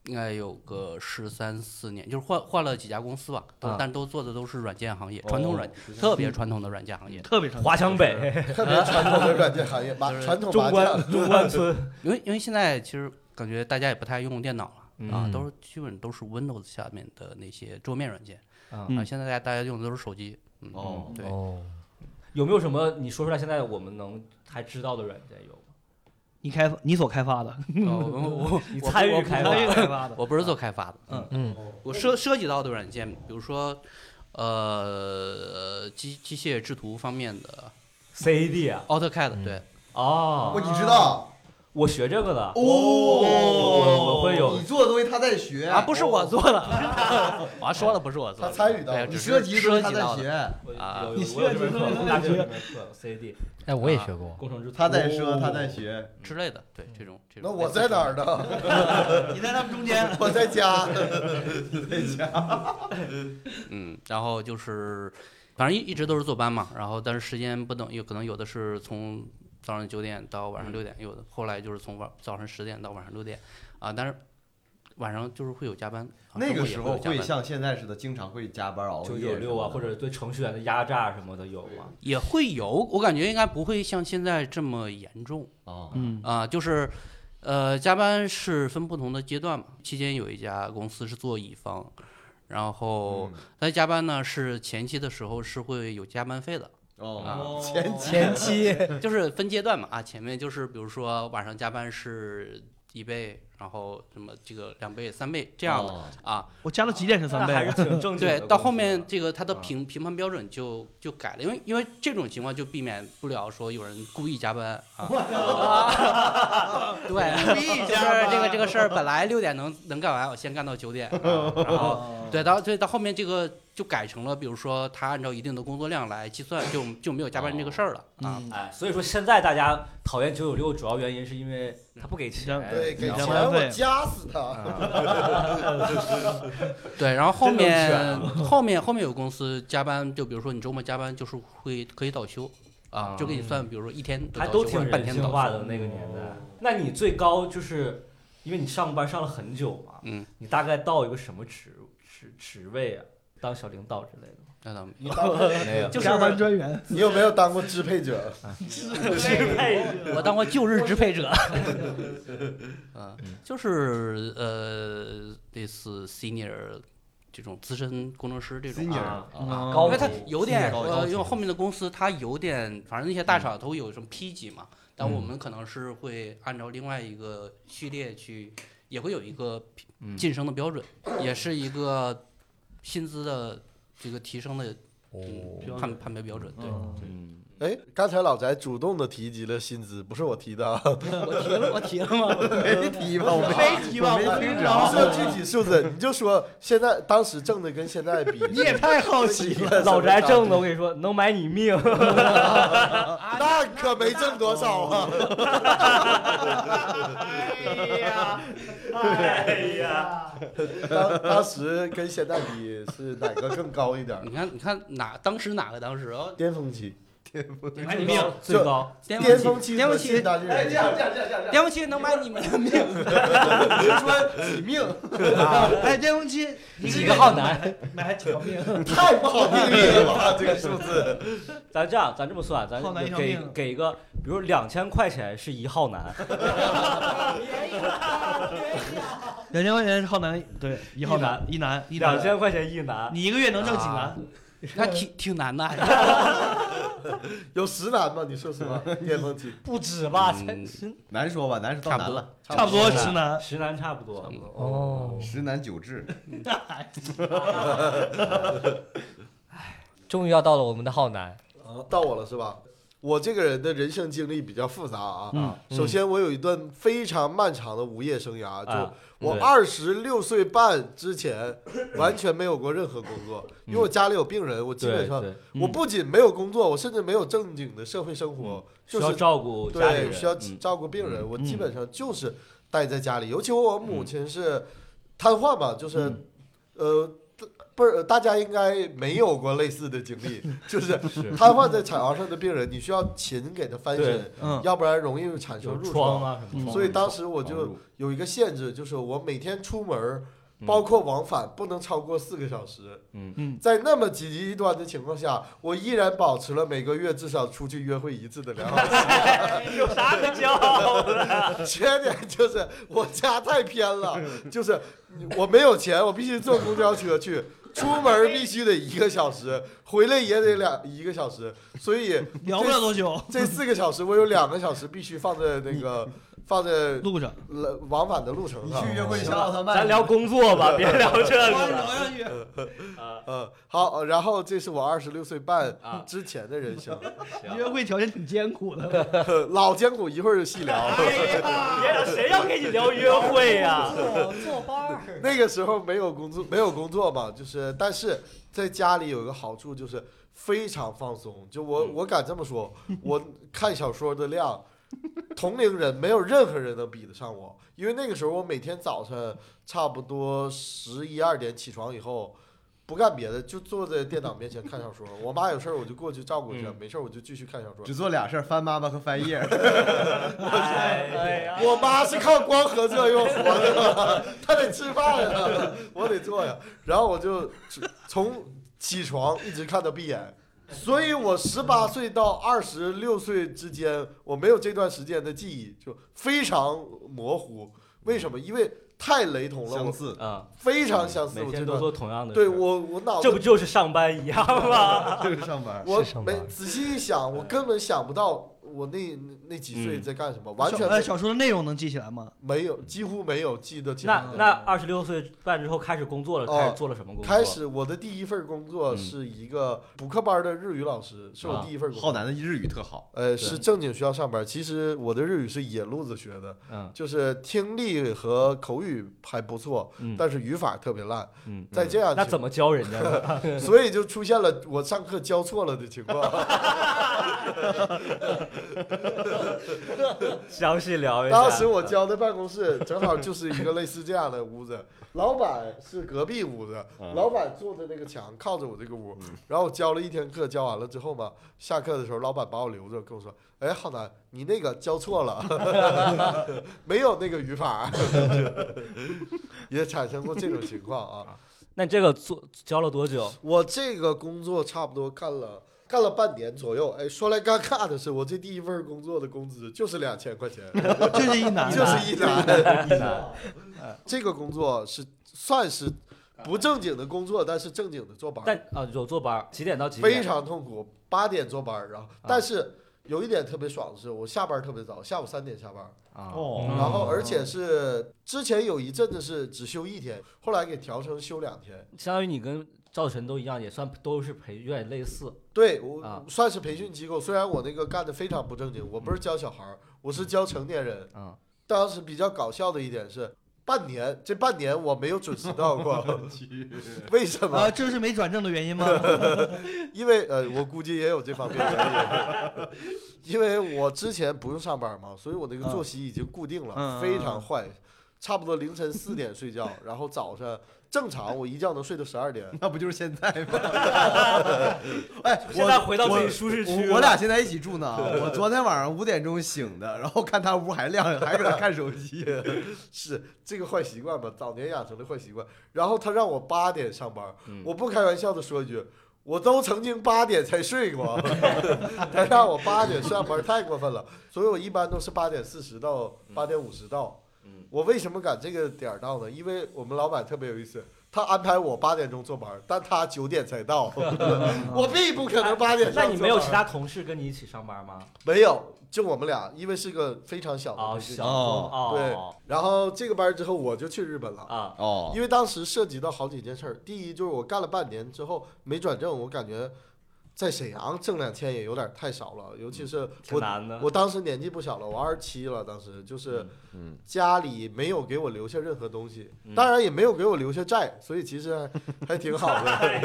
Speaker 6: 应该有个十三四年，就是换换了几家公司吧，都
Speaker 1: 啊
Speaker 6: 但都做的都是软件行
Speaker 1: 哦
Speaker 6: 业，传统软特别传统的软件行业。
Speaker 3: 特别长。
Speaker 1: 华强 北、
Speaker 4: 特别传统的软件行业，麻
Speaker 6: 就是
Speaker 4: 传统
Speaker 1: 中
Speaker 4: 麻将
Speaker 1: 关、中关村，
Speaker 6: 因为因为现在其实感觉大家也不太用电脑了。啊，
Speaker 5: 嗯
Speaker 6: 都是基本都是 Windows 下面的那些桌面软件
Speaker 1: 啊
Speaker 6: 啊，现在大家大家用的都是手机。嗯
Speaker 1: 哦
Speaker 6: 对，
Speaker 5: 哦，
Speaker 1: 有没有什么你说出来？现在我们能还知道的软件有吗？
Speaker 3: 你开发，你所开发的，
Speaker 6: 哦我我
Speaker 1: 你参与开
Speaker 3: 参与
Speaker 1: 发
Speaker 3: 开发的，
Speaker 6: 我不是做开发的，
Speaker 5: 嗯
Speaker 6: 我涉涉及到的软件，比如说，呃，机机械制图方面的
Speaker 1: CAD 啊？
Speaker 6: AutoCAD，对，
Speaker 1: 哦
Speaker 2: 我，你知道
Speaker 1: 我学这个的，
Speaker 2: 哦
Speaker 1: 我会有
Speaker 2: 你做的东西他在学
Speaker 6: 啊，不是我做的，我还说了不是我做的，
Speaker 4: 他参与到
Speaker 6: 对
Speaker 4: 了
Speaker 2: 你
Speaker 6: 哎只是
Speaker 2: 涉及的东
Speaker 6: 涉
Speaker 2: 西他
Speaker 6: 及到
Speaker 2: 在
Speaker 6: 的，
Speaker 2: 学，
Speaker 1: 我有
Speaker 6: 啊
Speaker 1: 有
Speaker 3: 你
Speaker 1: 我有这门
Speaker 3: 学
Speaker 1: 课，
Speaker 3: 的
Speaker 1: 大学有这门课 CAD
Speaker 5: 哎，我也学过，
Speaker 1: 工程制图，
Speaker 2: 他在
Speaker 1: 哦
Speaker 2: 说他在学，
Speaker 6: 之类的，对这种这种。
Speaker 4: 那我在哪儿？呢？
Speaker 3: 你在他们中间。
Speaker 4: 我在家。
Speaker 6: 嗯，然后就是，反正一一直都是坐班嘛，然后但是时间不等，有可能有的是从早上九点到晚上六点，有的后来就是从晚早上十点到晚上六点，啊，但是晚上就是会有加班，啊
Speaker 2: 那
Speaker 6: 周
Speaker 2: 个
Speaker 6: 末也
Speaker 2: 时候
Speaker 6: 有加
Speaker 2: 会
Speaker 6: 班
Speaker 2: 像现在似的，经常会加班熬夜什
Speaker 1: 九
Speaker 2: 么的，
Speaker 1: 九六啊，或者对程序员的压榨什么的有吗？
Speaker 6: 也会有，我感觉应该不会像现在这么严重
Speaker 2: 啊，
Speaker 3: 嗯，
Speaker 6: 啊、就是，呃，加班是分不同的阶段嘛。期间有一家公司是做乙方，然后
Speaker 2: 嗯
Speaker 6: 在加班呢是前期的时候是会有加班费的，
Speaker 2: 哦
Speaker 6: 啊，
Speaker 2: 前期
Speaker 5: 前 期
Speaker 6: 就是分阶段嘛啊，前面就是比如说晚上加班是一倍，然后什么这个两倍、三倍这样的、
Speaker 2: 哦
Speaker 6: 啊，
Speaker 3: 我加到几点是三
Speaker 1: 那还
Speaker 3: 倍啊
Speaker 1: 是？挺正经的
Speaker 6: 对
Speaker 1: 公，司
Speaker 6: 到后面
Speaker 1: 啊
Speaker 6: 这个它的
Speaker 1: 啊
Speaker 6: 评评判标准就就改了，因为因为这种情况就避免不了说有人故意加班啊。对，
Speaker 3: 故意
Speaker 6: 就是这
Speaker 4: 啊
Speaker 6: 个这个事儿，本来六点能能干完，我先干到九点，啊然后
Speaker 3: 哦
Speaker 6: 对到所以到后面这个就改成了，比如说他按照一定的工作量来计算，就就没有加班这个事儿了啊。
Speaker 3: 嗯
Speaker 1: 哎，所以说现在大家讨厌九九六，主要原因是因为他不给钱，
Speaker 4: 对，给
Speaker 6: 哎
Speaker 1: 你知
Speaker 4: 钱
Speaker 1: 道
Speaker 3: 加班
Speaker 1: 吗
Speaker 4: 我
Speaker 3: 费
Speaker 4: 夹死他。
Speaker 6: 对，然后后
Speaker 1: 真能
Speaker 6: 面后面后面有公司加班，就比如说你周末加班就是会可以倒休啊
Speaker 1: 啊，
Speaker 2: 嗯
Speaker 6: 就给你算，比如说一天的
Speaker 1: 还
Speaker 6: 倒
Speaker 1: 都
Speaker 6: 休
Speaker 1: 挺
Speaker 6: 或者半
Speaker 1: 人
Speaker 6: 天
Speaker 1: 性
Speaker 6: 倒
Speaker 1: 化
Speaker 6: 休
Speaker 1: 的那个年代。那你最高就是因为你上班上了很久嘛，
Speaker 6: 嗯，
Speaker 1: 你大概到一个什么职职职位啊？当小领导之类的
Speaker 6: 那倒没有
Speaker 4: 你当过
Speaker 1: 没有，
Speaker 6: 就是
Speaker 3: 加班专员，
Speaker 4: 你有没有当过支配者？
Speaker 1: 支配
Speaker 6: 我当过旧日支配者，嗯，就是呃，类似 senior 这种资深工程师这种啊，
Speaker 1: 啊
Speaker 2: 啊，
Speaker 1: 高
Speaker 6: 因为它
Speaker 1: 级
Speaker 6: 有点
Speaker 2: 高
Speaker 6: 呃，
Speaker 2: 级
Speaker 6: 因为后面的公司它有点，反正那些大厂都有什么 P 级嘛，但我们可能是会按照另外一个序列去也会有一个晋升的标准，也是一个薪资的这个提升的嗯
Speaker 3: 标
Speaker 6: 判判别标准。对，
Speaker 1: 嗯，
Speaker 4: 哎，刚才老翟主动的提及了薪资，不是我提的啊，
Speaker 3: 我提了，我提了吗？
Speaker 2: 没提吧？我没
Speaker 3: 没提吧？
Speaker 2: 我没
Speaker 3: 我
Speaker 2: 听
Speaker 3: 听
Speaker 4: 不
Speaker 3: 着。
Speaker 4: 说具体数字，你就说现在当时挣的跟现在比，
Speaker 3: 你也太好奇了，
Speaker 4: 了
Speaker 1: 老宅挣的，我跟你说，能买你命。
Speaker 4: 那可没挣多少啊！
Speaker 3: 哎呀，
Speaker 1: 哎呀，
Speaker 4: 当当时跟现在比是哪个更高一点？
Speaker 6: 你看，你看哪当时哪个当时哦，
Speaker 4: 巅峰期，
Speaker 1: 买 你命最
Speaker 4: 就
Speaker 1: 高，
Speaker 6: 巅
Speaker 4: 巅
Speaker 6: 峰
Speaker 4: 峰
Speaker 6: 期
Speaker 4: 期
Speaker 5: 巅
Speaker 4: 和
Speaker 5: 峰期
Speaker 4: 现在是
Speaker 2: 哎，这样这样这样这样，
Speaker 5: 巅峰期能买你们的命，
Speaker 2: 说起命，
Speaker 3: 哎，巅峰期
Speaker 5: 几个浩南？
Speaker 3: 买几条命？
Speaker 4: 太不好定义了吧？这个数字，
Speaker 1: 咱这样，咱这么算，咱
Speaker 3: 浩南一条
Speaker 1: 给
Speaker 3: 命
Speaker 1: 给一个，比如两千块钱是一号男，
Speaker 3: 两千块钱是浩南，对，一浩南，一男，一男
Speaker 1: 两，千块钱一男，
Speaker 3: 你一个月能挣几男？
Speaker 6: 那挺挺难的，
Speaker 4: 有十难吗？你说实话，巅峰期
Speaker 5: 不止吧？
Speaker 6: 嗯
Speaker 2: 难说吧，难说到
Speaker 6: 差不
Speaker 2: 难
Speaker 6: 多
Speaker 2: 了，
Speaker 3: 差不多十男。
Speaker 1: 十男差不多。嗯
Speaker 5: 哦，
Speaker 2: 十男九痔，
Speaker 5: 终于要到了我们的浩南，
Speaker 4: 到我了是吧？我这个人的人生经历比较复杂啊。
Speaker 3: 嗯
Speaker 4: 首先，我有一段非常漫长的无业生
Speaker 1: 啊
Speaker 4: 涯，就我
Speaker 1: 对
Speaker 4: 二十六岁半之前完全没有过任何工作，因为我家里有病人，我基
Speaker 1: 对
Speaker 4: 本
Speaker 1: 嗯
Speaker 4: 上
Speaker 1: 对，嗯
Speaker 4: 我不仅没有工作，我甚至没有正经的社会生活，
Speaker 1: 需
Speaker 4: 就
Speaker 1: 要
Speaker 4: 是
Speaker 1: 照顾家里
Speaker 4: 对
Speaker 1: 人，
Speaker 4: 需要
Speaker 1: 嗯
Speaker 4: 照顾病人，我基本上就是待在家里，尤其我母亲是瘫痪嘛，就是
Speaker 1: 嗯
Speaker 4: 呃。不是，大家应该没有过类似的经历， 就是
Speaker 1: 是
Speaker 4: 瘫痪在产床上的病人，你需要勤给他翻身
Speaker 1: 对，
Speaker 3: 嗯，
Speaker 4: 要不然容易产生
Speaker 1: 有
Speaker 4: 褥
Speaker 1: 疮
Speaker 4: 疮。
Speaker 1: 啊什么
Speaker 3: 嗯
Speaker 1: 的。
Speaker 4: 所以当时我
Speaker 2: 床褥
Speaker 4: 就有一个限制，就是我每天出门儿，
Speaker 1: 嗯
Speaker 4: 包括往返，不能超过四个小时。
Speaker 1: 嗯
Speaker 3: 嗯
Speaker 4: 在那么极端的情况下，我依然保持了每个月至少出去约会一次的良好习惯。
Speaker 1: 有哎啥可骄傲 的？
Speaker 4: 缺点就是我家太偏了， 就是我没有钱，我必须坐公交车去，出门必须得一个小时，回来也得两一个小时，所以
Speaker 3: 聊不了多久，
Speaker 4: 这四个小时我有两个小时必须放在那个放在
Speaker 3: 路上。
Speaker 4: 来往返的路程
Speaker 2: 你
Speaker 4: 上
Speaker 2: 去。约会小奥特曼，
Speaker 1: 咱聊工作 吧，别聊这个
Speaker 3: 我
Speaker 1: 了。
Speaker 3: 上去，
Speaker 4: 嗯，好，然后这是我二十六岁半
Speaker 1: 啊
Speaker 4: 之前的人生，呃
Speaker 3: 约会条件 挺艰苦的。
Speaker 4: 老艰苦，一会儿细聊。
Speaker 1: 哎别聊，谁要跟你聊约会呀？
Speaker 5: 坐哦坐班儿，
Speaker 4: 那个时候没有工作， 没有工作嘛，就是但是在家里有一个好处就是非常放松。就我我敢这么说，我看小说的量，同龄人没有任何人能比得上我，因为那个时候我每天早晨差不多十一二点起床以后。不干别的，就坐在电脑面前看小说。我妈有事儿我就过去照顾一下，
Speaker 1: 嗯
Speaker 4: 没事儿我就继续看小说。
Speaker 2: 只做俩事儿，翻妈妈和翻页。
Speaker 1: 哎 呀，
Speaker 4: 我妈是靠光合作用活着的，她得吃饭呀，我得做呀。然后我就从起床一直看到闭眼，所以我十八岁到二十六岁之间，我没有这段时间的记忆，就非常模糊。为什么？因为太雷同了，
Speaker 2: 相
Speaker 4: 我
Speaker 2: 似，
Speaker 1: 啊，
Speaker 4: 非常相似。
Speaker 1: 每
Speaker 4: 我这
Speaker 1: 天都
Speaker 4: 段
Speaker 1: 做同样的事。
Speaker 4: 对我我脑
Speaker 1: 这不
Speaker 4: 子
Speaker 1: 就是上班一 样
Speaker 3: 啊
Speaker 1: 吗？
Speaker 2: 就是上 班。
Speaker 4: 我
Speaker 5: 是上班
Speaker 4: 没仔细一想，我根本想不到我那那那几岁
Speaker 1: 嗯
Speaker 4: 在干什么， 完全
Speaker 3: 哎，
Speaker 4: 没
Speaker 3: 小说的内容能记起来吗？
Speaker 4: 没有，几乎没有记得起来
Speaker 1: 那
Speaker 4: 的。
Speaker 1: 那二十六岁半之后开始工作了，
Speaker 4: 哦
Speaker 1: 开始做了什么工作？嗯
Speaker 4: 开始我的第一份工作是一个补课班的日语老师，是我
Speaker 1: 啊
Speaker 4: 第一份工
Speaker 2: 浩
Speaker 4: 作。
Speaker 2: 南的日语特好，
Speaker 4: 呃，是正经学校上班。其实我的日语是野路子学的，
Speaker 1: 嗯
Speaker 4: 就是听力和口语还不错，
Speaker 1: 嗯
Speaker 4: 但是语法特别烂。
Speaker 1: 嗯，
Speaker 4: 再这样，
Speaker 1: 那怎
Speaker 4: 么？
Speaker 1: 么教人家 呢？
Speaker 4: 所以就出现了我上课教错了的情况。
Speaker 1: 详细聊一下。
Speaker 4: 当时我教的办公室正好就是一个类似这样的屋子，老板是隔壁屋子，老板坐的那个墙靠着我这个屋，然后我教了一天课，教完了之后嘛，下课的时候老板把我留着，跟我说：“哎，浩南，你那个教错了， 没有那个语法。” 也产生过这种情况啊。
Speaker 1: 那你这个做教了多久？
Speaker 4: 我这个工作差不多干了。干了半年左右，哎，说来尴尬的是，我这第一份工作的工资就是两千块钱，
Speaker 3: 就是一男，
Speaker 4: 就是一
Speaker 3: 啊
Speaker 4: 男。这个工作是算是
Speaker 1: 啊
Speaker 4: 不正经的工作，但是正经的坐班儿，
Speaker 1: 哦但啊，有坐班儿，几点到几点？啊
Speaker 4: 非常痛苦。八点坐班儿，然后但是有一点特别爽的是，我下班特别早，下午三点下班，
Speaker 1: 啊，
Speaker 3: 哦
Speaker 4: 然后而且是之前有一阵子是只休一天，后来给调成休两天。
Speaker 1: 相当于你跟赵晨都一样，也算都是培，有点类似。
Speaker 4: 对我
Speaker 1: 啊
Speaker 4: 算是培训机构，虽然我那个干的非常不正经，我不是教小孩儿，我是教成年人。
Speaker 1: 嗯，
Speaker 4: 当时比较搞笑的一点是，半年这半年我没有准时 到过，
Speaker 3: 嗯
Speaker 4: 为什么
Speaker 3: 啊，？这是没转正的原因吗？
Speaker 4: 因为呃，我估计也有这方面的原因，因为我之前不用上班嘛，所以我那个作息已经固定了，
Speaker 3: 嗯嗯嗯嗯
Speaker 4: 非常坏，差不多凌晨四点睡觉，然后早上正常我一觉能睡到十二点。
Speaker 2: 那不就是现在 吗？哎，
Speaker 1: 现在
Speaker 2: 我
Speaker 1: 回到自己舒适区了
Speaker 2: 我我俩现在一起住呢啊。我昨天晚上五点钟醒的，然后看他屋还亮，还搁那看 手机。
Speaker 4: 是这个坏习惯吧，早年养成的坏习惯。然后他让我八点上班，
Speaker 1: 嗯
Speaker 4: 我不开玩笑的说一句，我都曾经八点才睡过， 他让我八点上班太过分了，所以我一般都是八点四十到
Speaker 1: 嗯
Speaker 4: 八点五十到。我为什么敢这个点儿到呢？因为我们老板特别有意思。他安排我八点钟坐班，但他九点 才到，我并不可能八点上
Speaker 1: 那
Speaker 4: 坐班。
Speaker 1: 你没有其他同事跟你一起上班吗？
Speaker 4: 没有，就我们俩，因为是个非常小的
Speaker 1: 哦，
Speaker 4: 公司
Speaker 1: 小
Speaker 4: 对
Speaker 1: 哦，
Speaker 4: 然后这个班儿之后，我就去日本了。
Speaker 1: 啊，
Speaker 2: 哦，
Speaker 4: 因为当时涉及到好几件事儿。第一就是我干了半年之后没转正，我感觉在沈阳挣两千也有点太少了，尤其是
Speaker 1: 嗯挺
Speaker 4: 我
Speaker 1: 难的。
Speaker 4: 我当时年纪不小了，我二十七了，当时就是
Speaker 2: 嗯
Speaker 4: 家里没有给我留下任何东西，
Speaker 1: 嗯
Speaker 4: 当然也没有给我留下债，所以其实还还挺好 的。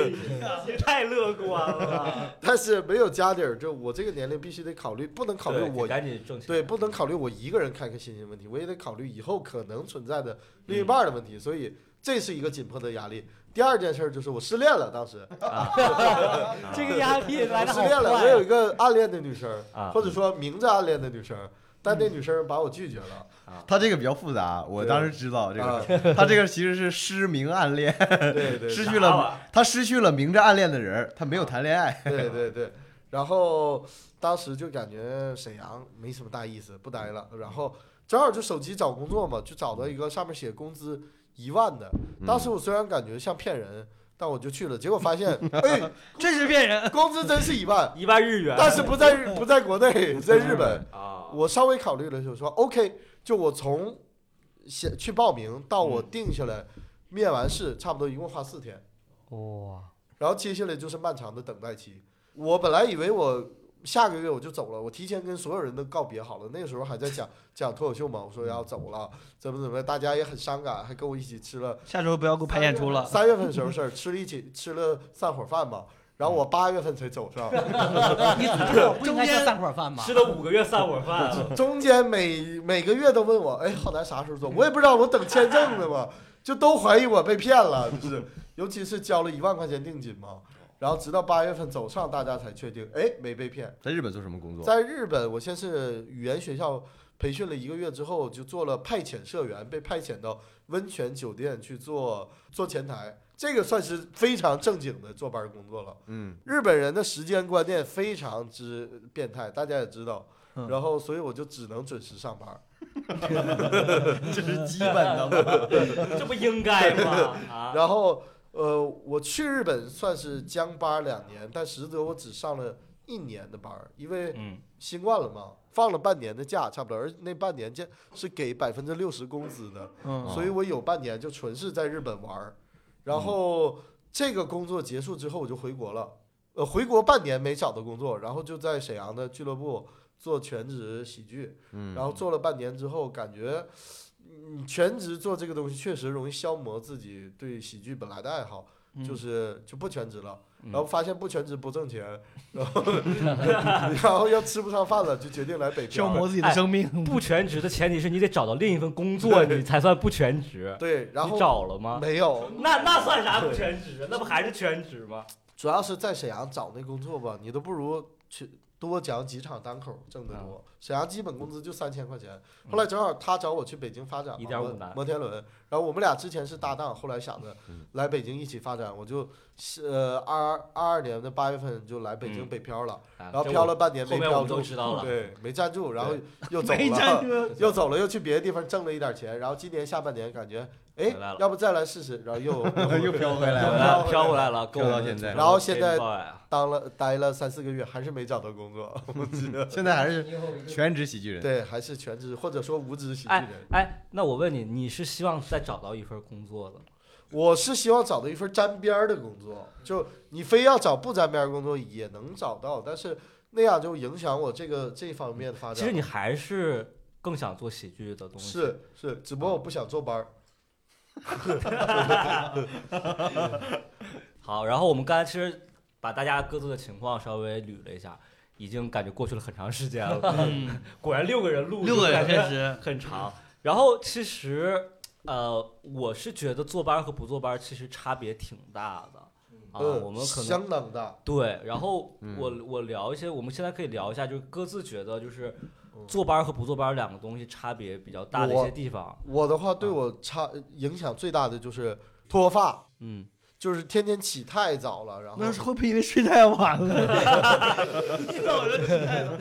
Speaker 1: 太乐观了，
Speaker 4: 但是没有家底儿，就我这个年龄必须得考虑，不能 考虑
Speaker 1: 对
Speaker 4: 我
Speaker 1: 赶紧挣钱。
Speaker 4: 对，不能考虑我一个人开开心心的问题，我也得考虑以后可能存在的另
Speaker 2: 嗯
Speaker 4: 一半儿的问题，所以这是一个紧迫的压力。第二件事儿就是我失恋了，当时
Speaker 1: 啊
Speaker 5: 这个压力 来
Speaker 4: 我
Speaker 5: 的
Speaker 4: 失
Speaker 5: 好啊
Speaker 4: 恋了，我有一个暗恋的女生儿，
Speaker 1: 啊
Speaker 4: 或者说明着暗恋的女生儿，但
Speaker 2: 嗯
Speaker 4: 那女生儿把我拒绝了。
Speaker 2: 他这个比较复杂，我当时知道这
Speaker 4: 啊
Speaker 2: 个，，他这个其实是失明暗恋，
Speaker 4: 对对
Speaker 2: 失
Speaker 4: 对
Speaker 2: 去了
Speaker 1: 啊
Speaker 2: 他失去了明着暗恋的人儿，他没有谈恋 爱。
Speaker 4: 对对对，然后当时就感觉沈阳没什么大意思，不待了，然后正好就手机找工作嘛，就找到一个上面写工资一万的，当时我虽然感觉像骗人。但我就去了，结果发现，哎，
Speaker 3: 这是骗人。
Speaker 4: 工资真是一万，
Speaker 1: 一万日元。
Speaker 4: 但是不在日不在国内，在日本。
Speaker 1: 啊，
Speaker 4: 我稍微考虑了一下，说 OK，就我从写去报名到我定下来，面完试差不多一共花四天，
Speaker 5: 哇，
Speaker 4: 然后接下来就是漫长的等待期。我本来以为我下个月我就走了，我提前跟所有人都告别好了。那个时候还在讲 讲脱口秀嘛，我说要走了，怎么怎么样，大家也很伤感，还跟我一起吃了
Speaker 3: 下周不要给我排演
Speaker 2: 啊
Speaker 3: 出了。
Speaker 4: 三月份的时候事儿，吃了一起 吃了散伙饭嘛。然后我八月份才走上，
Speaker 5: 你不是不应该叫散伙饭吗？
Speaker 1: 吃了五个月散伙饭啊，
Speaker 4: 中间每每个月都问我，哎，浩南啥时候做？我也不知道，我等签证呢嘛，就都怀疑我被骗了，就是，尤其是交了一万块钱定金嘛，然后直到八月份走上，大家才确定，哎，没被骗。
Speaker 2: 在日本做什么工作？
Speaker 4: 在日本，我先是语言学校培训了一个月之后，就做了派遣社员，被派遣到温泉酒店去做做前台，这个算是非常正经的坐班工作了。
Speaker 2: 嗯，
Speaker 4: 日本人的时间观念非常之变态，大家也知道。
Speaker 3: 嗯
Speaker 4: 然后，所以我就只能准时上班。
Speaker 2: 这是基本的嘛。
Speaker 1: 这不应该吗？啊，
Speaker 4: 然后呃，我去日本算是将班儿两年，但实则我只上了一年的班儿，因为
Speaker 1: 嗯，
Speaker 4: 新冠了嘛，放了半年的假，差不多，而那半年假是给百分之六十工资的，
Speaker 3: 嗯
Speaker 4: 所以我有半年就纯是在日本玩儿。然后这个工作结束之后，我就回国了。呃，回国半年没找到工作，然后就在沈阳的俱乐部做全职喜剧，
Speaker 2: 嗯
Speaker 4: 然后做了半年之后，感觉嗯，全职做这个东西确实容易消磨自己对喜剧本来的爱好，就是就不全职了。然后发现不全职不挣钱，然后 然后要吃不上饭了，就决定来北
Speaker 3: 消
Speaker 4: 漂。
Speaker 3: 磨自
Speaker 2: 哎
Speaker 3: 己的生命。
Speaker 1: 不全职的前提是你得找到另一份工作，你才算不全职。
Speaker 4: 对，然
Speaker 1: 你
Speaker 4: 后
Speaker 1: 找了吗？
Speaker 4: 没有，
Speaker 1: 那那算啥不全职？啊那不还是全职吗？
Speaker 4: 主
Speaker 1: 嗯
Speaker 4: 要是在沈阳找那工作吧，你都不如去多讲几场单口挣得多。沈阳基本工资就三千块钱。后来正好他找我去北京发展嘛，
Speaker 1: 1.5
Speaker 4: 摩
Speaker 1: 男
Speaker 4: 摩天轮。然后我们俩之前是搭档，后来想着
Speaker 1: 嗯
Speaker 4: 来北京一起发展，我就是呃二二二年的八月份就来北京
Speaker 1: 嗯
Speaker 4: 北漂了，
Speaker 1: 然
Speaker 4: 然后漂了半年
Speaker 1: 后
Speaker 4: 没
Speaker 1: 面我
Speaker 4: 漂
Speaker 1: 们都
Speaker 4: 住，
Speaker 1: 知道了，
Speaker 4: 对，没站住，然后 又走
Speaker 3: 没站
Speaker 4: 了。
Speaker 3: 住。
Speaker 4: 又走了，又去别的地方挣了一点钱，然后今年下半年感觉，哎
Speaker 1: 回来了，
Speaker 4: 要不再来试试，然后又
Speaker 2: 又飘回来
Speaker 4: 对
Speaker 1: 回
Speaker 2: 了。
Speaker 1: 来了飘回来了，跟我们
Speaker 2: 飘到现在
Speaker 4: 然后现在
Speaker 1: 抱怨啊
Speaker 4: 当了待了三四个月，还是没找到工作，我记 得，
Speaker 2: 现在还是全职喜剧人，
Speaker 4: 对，还是全职或者说无职喜剧人。
Speaker 1: 哎，那我问你，你是希望再找到一份工作的？
Speaker 4: 我是希望找到一份沾边儿的工作，就你非要找不沾边儿的工作也能找到，但是那样就影响我这个这方面的发展。
Speaker 1: 其实你还是更想做喜剧的东西，
Speaker 4: 是是，只不过我不想坐班儿。
Speaker 1: 好，然后我们刚才其实把大家各自的情况稍微捋了一下，已经感觉过去了很长时间 了。
Speaker 3: 嗯，
Speaker 1: 果然六个人录，
Speaker 3: 六个人
Speaker 1: 感觉
Speaker 3: 确实，
Speaker 1: 很长。然后其实，呃，我是觉得坐班儿和不坐班儿其实差别挺大的啊。
Speaker 4: 嗯，
Speaker 1: 我们可能
Speaker 4: 相当大。
Speaker 1: 对，然后
Speaker 2: 嗯
Speaker 1: 我我聊一些，我们现在可以聊一下，就是各自觉得就是
Speaker 4: 嗯
Speaker 1: 坐班儿和不坐班儿两个东西差别比较大的一
Speaker 4: 我
Speaker 1: 些地方。
Speaker 4: 我的话对
Speaker 1: 啊
Speaker 4: 我差影响最大的就是脱发。
Speaker 1: 嗯，
Speaker 4: 就是天天起太早了，然后
Speaker 3: 那是会不会因为睡太晚了？一早就起来了，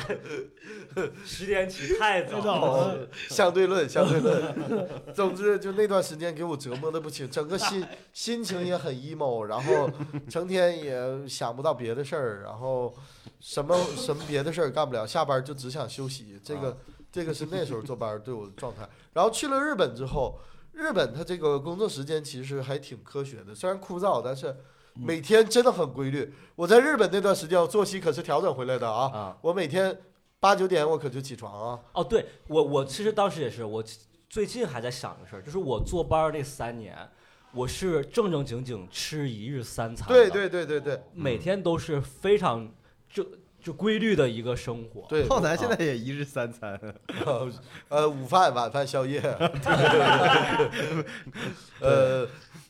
Speaker 1: 十点起太
Speaker 3: 太 早
Speaker 1: 早
Speaker 3: 了，
Speaker 4: 哦相对论，相对论。 总之，就那段时间给我折磨的不轻，整个心心情也很 emo，然后成天也想不到别的事儿，然后什么什么别的事儿干不了，下班就只想休息。这个这个是那时候坐班儿对我的状态。然后去了日本之后，日本它这个工作时间其实还挺科学的，虽然枯燥，但是。每天真的很规律。我在日本那段时间，我作息可是调整回来的啊！
Speaker 1: 啊！
Speaker 4: 我每天八九点我可就起床啊，
Speaker 1: 哦，对我我其实当时也是，我最近还在想个事儿，就是我坐班儿那三年，我是正正经经吃一日三餐，
Speaker 4: 对，嗯对对对对
Speaker 1: 每天都是非常就就规律的一个生活。
Speaker 4: 对，啊
Speaker 2: 浩南现在也一日三餐，
Speaker 4: 呃，午饭、晚 饭、宵夜，呃，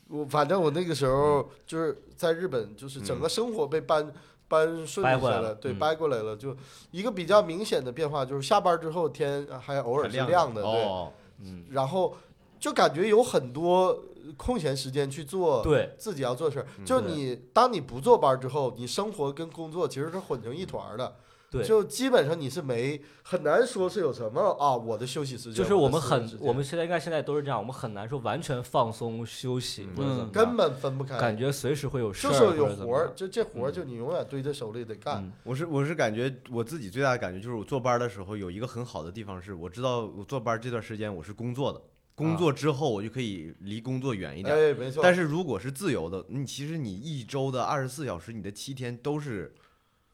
Speaker 4: 我反正我那个时
Speaker 1: 嗯
Speaker 4: 候就是在日本，就是整个生活被搬搬顺
Speaker 1: 掰
Speaker 4: 利
Speaker 1: 过
Speaker 4: 下
Speaker 1: 来
Speaker 4: 来
Speaker 1: 了
Speaker 4: 了，对，
Speaker 1: 嗯
Speaker 4: 掰过来了。就一个比较明显的变化就是下班之后天呃还偶尔是亮的，对，
Speaker 2: 哦，
Speaker 1: 嗯，
Speaker 4: 然后就感觉有很多空闲时间去做。
Speaker 1: 对，
Speaker 4: 自己要做事儿，
Speaker 2: 嗯
Speaker 4: 就
Speaker 1: 对
Speaker 4: 你当你不做班之后，你生活跟工作其实是混成一团儿的。
Speaker 1: 对
Speaker 4: 就基本上你是没很难说是有什么啊，我的休息时间
Speaker 1: 就是我们
Speaker 4: 的私人时
Speaker 1: 很，
Speaker 4: 间
Speaker 1: 我们现在应该现在都是这样，我们很难说完全放松休息
Speaker 2: 嗯
Speaker 1: 或者怎么样，
Speaker 4: 根本分不开，
Speaker 1: 感觉随时会有事
Speaker 4: 就
Speaker 1: 儿，
Speaker 4: 是有
Speaker 1: 或者怎么
Speaker 4: 活儿
Speaker 1: 样，
Speaker 4: 就这活儿就你永远堆在手里得干。
Speaker 1: 嗯
Speaker 2: 我是我是感觉我自己最大的感觉就是我坐班的时候有一个很好的地方是，我知道我坐班这段时间我是工作的，工作之后我就可以离工作远一点。
Speaker 4: 啊哎，没错，
Speaker 2: 但是如果是自由的，你其实你一周的二十四小时，你的七天都是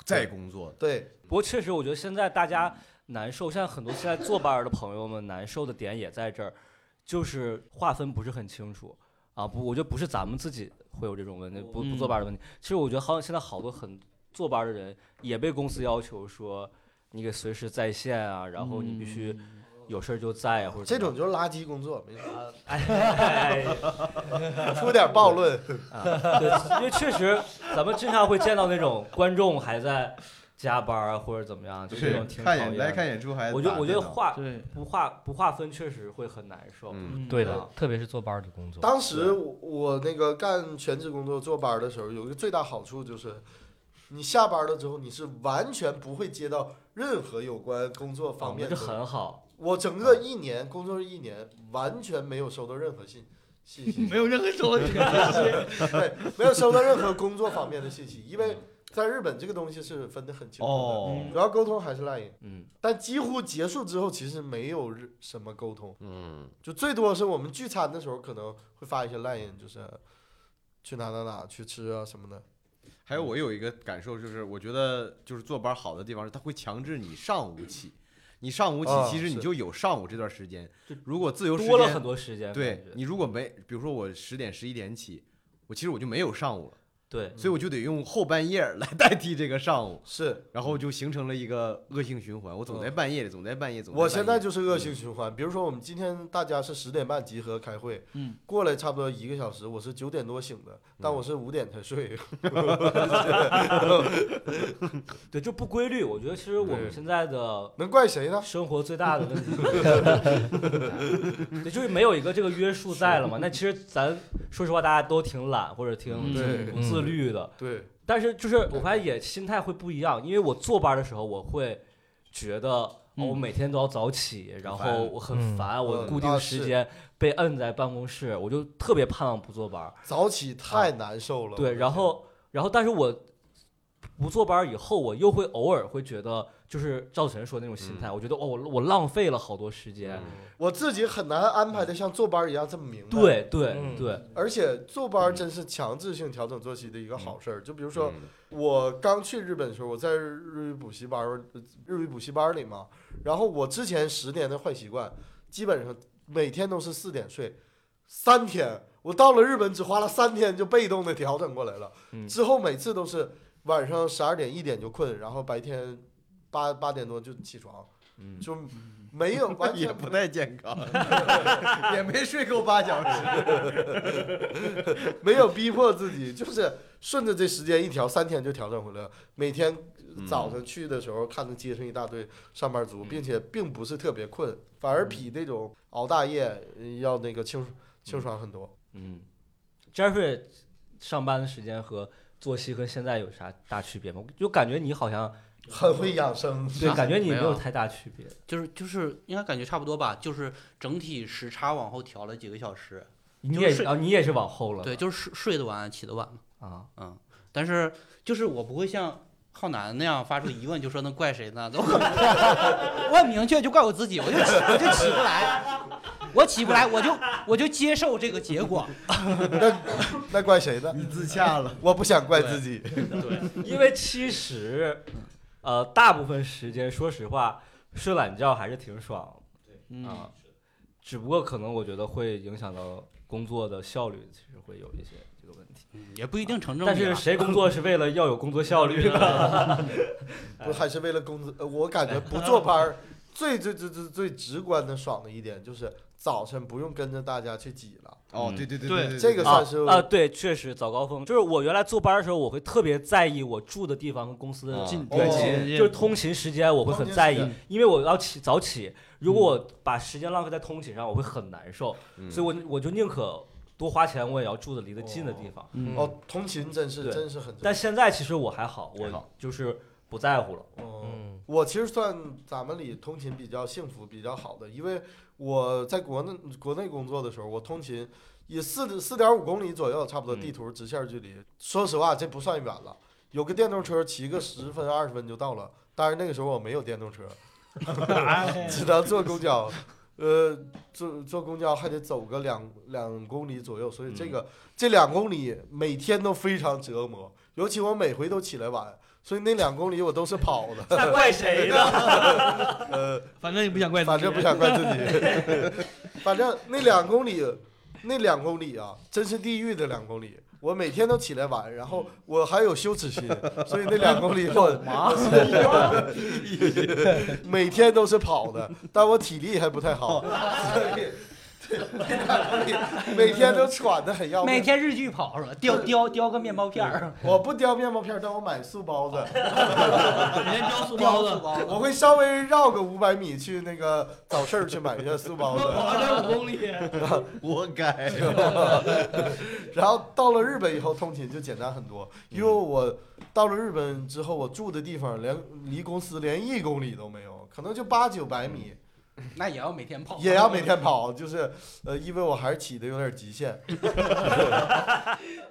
Speaker 2: 在工作的。
Speaker 4: 对，
Speaker 1: 不过确实，我觉得现在大家难受，现在很多现在坐班儿的朋友们难受的点也在这儿，就是划分不是很清楚啊。不，我觉得不是咱们自己会有这种问题，不不坐班儿的问题。其实我觉得好像现在好多很坐班儿的人也被公司要求说，你给随时在线啊，然后你必须有事儿就在啊，或者
Speaker 4: 这
Speaker 1: 怎么
Speaker 4: 种
Speaker 1: 样。
Speaker 4: 就是垃圾工作，没啥，
Speaker 1: 哎，
Speaker 4: 出点暴论，
Speaker 1: 对，因为确实咱们经常会见到那种观众还在加班儿啊，或者怎么样，就这种挺讨
Speaker 2: 看演
Speaker 1: 厌
Speaker 2: 来
Speaker 1: 的。
Speaker 2: 看演出还
Speaker 1: 我觉得，我觉得
Speaker 2: 打电脑
Speaker 1: 划
Speaker 3: 对，
Speaker 1: 不划不划分确实会很难受。
Speaker 2: 嗯，
Speaker 5: 对
Speaker 4: 对
Speaker 5: 的，特别是坐班儿的工作，
Speaker 4: 当时我我那个干全职工作坐班儿的时候，有一个最大好处就是，你下班了之后，你是完全不会接到任何有关工作
Speaker 1: 啊
Speaker 4: 方面
Speaker 1: 那
Speaker 4: 的。
Speaker 1: 就很好，
Speaker 4: 我整个一年工作一年，完全没有收到任何信信息，
Speaker 3: 没有任何收获。
Speaker 4: 对，没有收到任何工作方面的信息，因为在日本这个东西是分得很清楚的。
Speaker 2: 哦，
Speaker 4: 主要沟通还是赖音，
Speaker 1: 嗯，
Speaker 4: 但几乎结束之后，其实没有日什么沟通，
Speaker 2: 嗯，
Speaker 4: 就最多是我们聚餐的时候可能会发一些赖音，就是去哪哪哪去吃啊什么的。
Speaker 2: 还
Speaker 4: 嗯
Speaker 2: 有我有一个感受就是，我觉得就是坐班好的地方是，它会强制你上午起，你上午起
Speaker 4: 啊，
Speaker 2: 其实你
Speaker 4: 是
Speaker 2: 就有上午这段时间
Speaker 1: 就。
Speaker 2: 如果自由时
Speaker 1: 多了
Speaker 2: 间
Speaker 1: 很多时间，
Speaker 2: 对
Speaker 1: 感觉
Speaker 2: 你如果没，比如说我十点十一点起，我其实我就没有上午了。
Speaker 1: 对，
Speaker 4: 嗯
Speaker 2: 所以我就得用后半夜来代替这个上午，
Speaker 4: 是嗯
Speaker 2: 然后就形成了一个恶性循环。我总在半夜里，总在半夜，总在
Speaker 4: 我
Speaker 2: 半
Speaker 4: 现
Speaker 2: 夜
Speaker 4: 在就是嗯恶性循环。比如说，我们今天大家是十点半集合开会，
Speaker 3: 嗯，
Speaker 4: 过了差不多一个小时，我是九点多醒的，但我是五点才睡。
Speaker 1: 对，就不规律。我觉得其实我们
Speaker 4: 对
Speaker 1: 现在的
Speaker 4: 能怪谁呢？
Speaker 1: 生活最大的 问题，对，就是没有一个这个约束在了嘛。那其实咱说实话，大家都挺懒或者挺
Speaker 3: 嗯
Speaker 4: 对嗯
Speaker 1: 挺自律的，
Speaker 4: 对，
Speaker 1: 但是就是我发现也心态会不一样，因为我坐班的时候，我会觉得、哦
Speaker 3: 嗯
Speaker 1: 我每天都要早起，然
Speaker 2: 烦
Speaker 1: 后我很
Speaker 5: 嗯
Speaker 1: 烦，我
Speaker 4: 嗯
Speaker 1: 固定
Speaker 4: 啊
Speaker 1: 时
Speaker 4: 是
Speaker 1: 间被摁在办公室，我就特别盼望不坐班。
Speaker 4: 早起太难受了。我
Speaker 1: 对，
Speaker 4: 的
Speaker 1: 然后然后但是我不坐班儿以后，我又会偶尔会觉得，就是赵晨说那种心态，
Speaker 4: 嗯
Speaker 1: 我觉得哦，我我浪费了好多时
Speaker 4: 天
Speaker 1: 间。
Speaker 2: 嗯
Speaker 4: 我自己很难安排的像坐班一样这么明白。，
Speaker 1: 对对、
Speaker 5: 嗯
Speaker 1: 对，
Speaker 4: 而且坐班真是强制性调整作息的一个好事儿。就比如说，
Speaker 2: 嗯
Speaker 4: 我刚去日本的时候，我在日语补习班儿，日语补习班儿里嘛。然后我之前十年的坏习惯，基本上每天都是四点睡，三天。我到了日本只花了三天就被动的调整过来了。
Speaker 1: 嗯
Speaker 4: 之后每次都是晚上十二点一点就困，然后白天八八点多就起床，
Speaker 1: 嗯
Speaker 4: 就没有完
Speaker 2: 也
Speaker 4: 全
Speaker 2: 不太健康， 也没睡够八小时。
Speaker 4: 没有逼迫自己，就是顺着这时间一调，三天就调整回来了。每天
Speaker 1: 嗯
Speaker 4: 早上去的时候，看着街上一大堆上班族，并且并不是特别困，反
Speaker 1: 嗯
Speaker 4: 而比那种熬大夜呃要那个清清爽很多。
Speaker 1: 嗯，Jeffrey 上班的时间和作息跟现在有啥大区别吗？就感觉你好像
Speaker 4: 很会养生，
Speaker 1: 嗯对，
Speaker 6: 啊
Speaker 1: 感觉你
Speaker 6: 没
Speaker 1: 没
Speaker 6: 有
Speaker 1: 有太大区别。
Speaker 6: 就是就是应该感觉差不多吧，就是整体时差往后调了几个小时，
Speaker 1: 你
Speaker 6: 就
Speaker 1: 也
Speaker 6: 是
Speaker 1: 啊，你也是往后了
Speaker 6: 对，就是睡睡得晚，起得晚嘛，
Speaker 1: 啊，
Speaker 6: 嗯，但是就是我不会像浩南那样发出疑问，就说那怪谁呢？ 我很我很明确，就怪我自己，我就起我就起不来，我起不来，我就我就接受这个结果，
Speaker 4: 那那怪谁呢？
Speaker 2: 你自洽了，
Speaker 4: 我不想怪自己，
Speaker 1: 因为其实呃，大部分时间说实话，睡懒觉还是挺爽的。
Speaker 3: 嗯，
Speaker 1: 啊，只不过可能我觉得会影响到工作的效率，其实会有一些这个问题。
Speaker 6: 嗯也不一定成正
Speaker 1: 但
Speaker 6: 比、
Speaker 1: 是
Speaker 6: 啊。
Speaker 1: 谁工作是为了要有工作效率呢？哎
Speaker 4: 不还是为了工资？呃我感觉不坐班儿，最最最最最直观的爽的一点就是早晨不用跟着大家去挤了。
Speaker 2: 哦，
Speaker 6: 嗯
Speaker 2: 对对对
Speaker 3: 对
Speaker 2: 对，
Speaker 4: 这个
Speaker 1: 啊
Speaker 4: 算是
Speaker 1: 啊，对，确实早高峰。就是我原来坐班的时候，我会特别在意我住的地方和公司的
Speaker 2: 啊
Speaker 3: 进
Speaker 4: 对
Speaker 3: 进
Speaker 4: 哦
Speaker 3: 进
Speaker 1: 就是通勤时间我会很在意
Speaker 4: 通勤时，
Speaker 1: 因为我要起早起，如果我把时间浪费在通勤上，我会很难受，
Speaker 2: 嗯
Speaker 1: 所以我我就宁可多花钱，我也要住的离得近的地方。
Speaker 3: 嗯
Speaker 4: 哦，通勤真是
Speaker 1: 对
Speaker 4: 真是很重要。
Speaker 1: 但现在其实我还好，
Speaker 2: 还
Speaker 1: 我
Speaker 2: 好
Speaker 1: 就是不在乎了。
Speaker 4: 哦
Speaker 5: 嗯
Speaker 4: 我其实算咱们里通勤比较幸福、比较好的，因为我在国内国内工作的时候，我通勤也四四点五公里左右，差不多
Speaker 1: 嗯
Speaker 4: 地图直线距离。说实话，这不算远了，有个电动车骑个十分二十分就到了。当然那个时候我没有电动车，只能坐公交。呃，坐坐公交还得走个两两公里左右，所以这个、这两公里每天都非常折磨，尤其我每回都起来晚，所以那两公里我都是跑的。
Speaker 1: 那怪谁呢？
Speaker 4: 呃，
Speaker 3: 反正也不想怪自己，
Speaker 4: 反正不想怪自己， 反正那两公里，那两公里啊，真是地狱的两公里。我每天都起来晚，然后我还有羞耻心，所以那 两公里我每天都是跑的，但我体力还不太好，所以那两公里每天都喘的很要命
Speaker 5: 每。天日剧跑是吧？叼叼叼个面包片儿，
Speaker 4: 我不叼面包片儿，但我买素包子。
Speaker 3: 每天雕塑包
Speaker 6: 包
Speaker 3: 子，
Speaker 6: 包
Speaker 4: 我会稍微绕个五百米去那个早市儿去买一下素包子。
Speaker 3: 跑这五公里，
Speaker 2: 活该。
Speaker 4: 然后到了日本以后，通勤就简单很多，因为我到了日本之后，我住的地方连离公司连一公里都没有，可能就八九百米，
Speaker 6: 那也要每天跑，
Speaker 4: 也要每天跑，就是呃，因为我还是起的有点极限。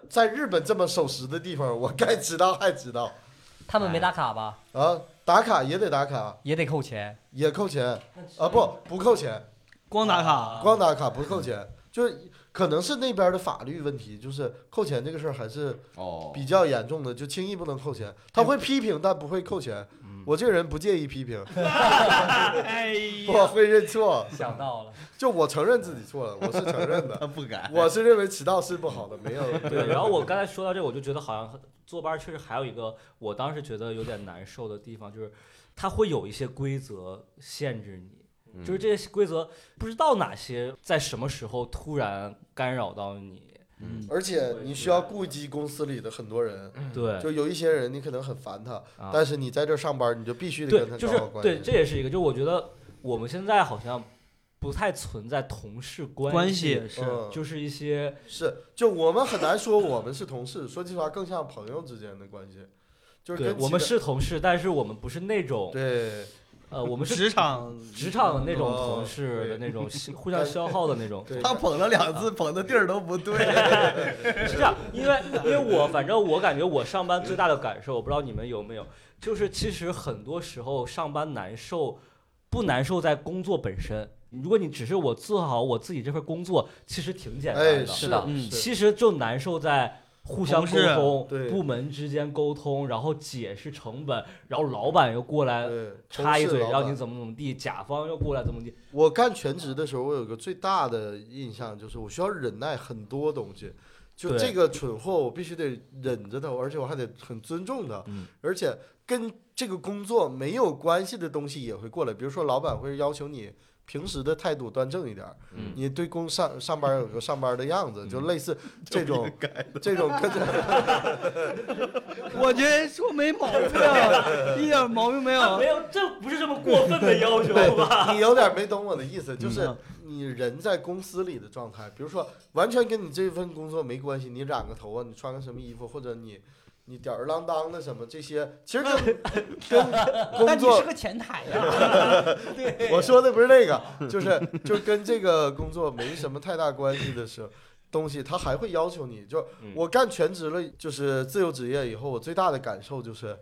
Speaker 4: 在日本这么守时的地方，我该知道还知道
Speaker 5: 他们没打卡吧？
Speaker 4: 啊，打卡也得打卡，
Speaker 5: 也得扣钱。
Speaker 4: 也扣钱啊，不不扣钱，
Speaker 3: 光打卡，
Speaker 4: 光打卡不扣钱，就是可能是那边的法律问题，就是扣钱这个事儿还是。
Speaker 2: 哦，
Speaker 1: 哎嗯
Speaker 4: 比较严重的，就轻易不能扣钱。他会批评，但不会扣钱。我这个人不介意 批评，
Speaker 3: 哎
Speaker 4: 我
Speaker 3: 呀，
Speaker 4: 会认错，
Speaker 5: 想到了，
Speaker 4: 就我承认自己错了，我是承认的，
Speaker 2: 他不敢。
Speaker 4: 我是认为迟到是不好的，没有
Speaker 1: 对，然后我刚才说到这，我就觉得好像坐班儿确实还有一个我当时觉得有点难受的地方，就是它会有一些规则限制你。
Speaker 4: 嗯
Speaker 1: 就是这些规则，不知道哪些在什么时候突然干扰到你。
Speaker 3: 嗯
Speaker 4: 而且你需要顾及公司里的很多人，
Speaker 1: 对，
Speaker 4: 就有一些人你可能很烦他，
Speaker 1: 嗯啊
Speaker 4: 但是你在这儿上班，你就必须得跟他
Speaker 1: 对，就是
Speaker 4: 搞好关系。
Speaker 1: 对，这也是一个。就我觉得我们现在好像不太存在同事关
Speaker 3: 关系也是，
Speaker 4: 嗯
Speaker 1: 就是一些
Speaker 4: 是，就我们很难说我们是同事，说句实话，更像朋友之间的关系，就是
Speaker 1: 对，
Speaker 4: 跟
Speaker 1: 我
Speaker 4: 其
Speaker 1: 们
Speaker 4: 他
Speaker 1: 是同事，但是我们不是那种
Speaker 4: 对，
Speaker 1: 呃，我们是
Speaker 3: 职场
Speaker 1: 职场那种
Speaker 4: 哦
Speaker 1: 同事的
Speaker 4: 对
Speaker 1: 那 种互相消耗的那种。
Speaker 4: 对
Speaker 2: 他捧了两次，捧的地儿都不对。
Speaker 1: 是这样，因为因为我反正我感觉我上班最大的感受，我不知道你们有没有，就是其实很多时候上班难受，不难受在工作本身。如果你只是我做好我自己这份工作，其实挺简单
Speaker 4: 哎，
Speaker 5: 是
Speaker 4: 的
Speaker 5: 的，
Speaker 3: 嗯
Speaker 4: 是
Speaker 1: 其实就难受在互相沟通
Speaker 4: 同事对，
Speaker 1: 部门之间沟通，然后解释成本，然后老板又过来
Speaker 4: 对，
Speaker 1: 插一嘴，
Speaker 4: 然
Speaker 1: 然
Speaker 4: 后
Speaker 1: 后你怎么怎么地，甲方又过来怎么地，
Speaker 4: 我干全职的时候，我有个最大的印象就是我需要忍耐很多东西。就
Speaker 1: 对
Speaker 4: 这个蠢货，我必须得忍着他，而且我还得很尊重他，
Speaker 1: 嗯
Speaker 4: 而且跟这个工作没有关系的东西也会过来，比如说老板会要求你平时的态度端正一点儿，
Speaker 1: 嗯
Speaker 4: 你对公上上班有个上班的样子，就类似这种这种跟着
Speaker 3: 我觉得说没毛病，一点毛病没有
Speaker 1: 没。有，这不是这么过分的要求吧？
Speaker 4: 啊对， 你有点没懂我的意思，就是
Speaker 3: 嗯
Speaker 4: 你人在公司里的状态，比如说完全跟你这份工作没关系，你染个头啊，你穿个什么衣服，或者你你吊儿郎当的什么这些，其实跟跟工
Speaker 5: 但你是
Speaker 4: 作，
Speaker 5: 个前台呀，
Speaker 4: 我说的不是那个，就是就跟这个工作没什么太大关系的时候。东西他还会要求你，就
Speaker 1: 嗯
Speaker 4: 我干全职了，就是自由职业以后，我最大的感受就是，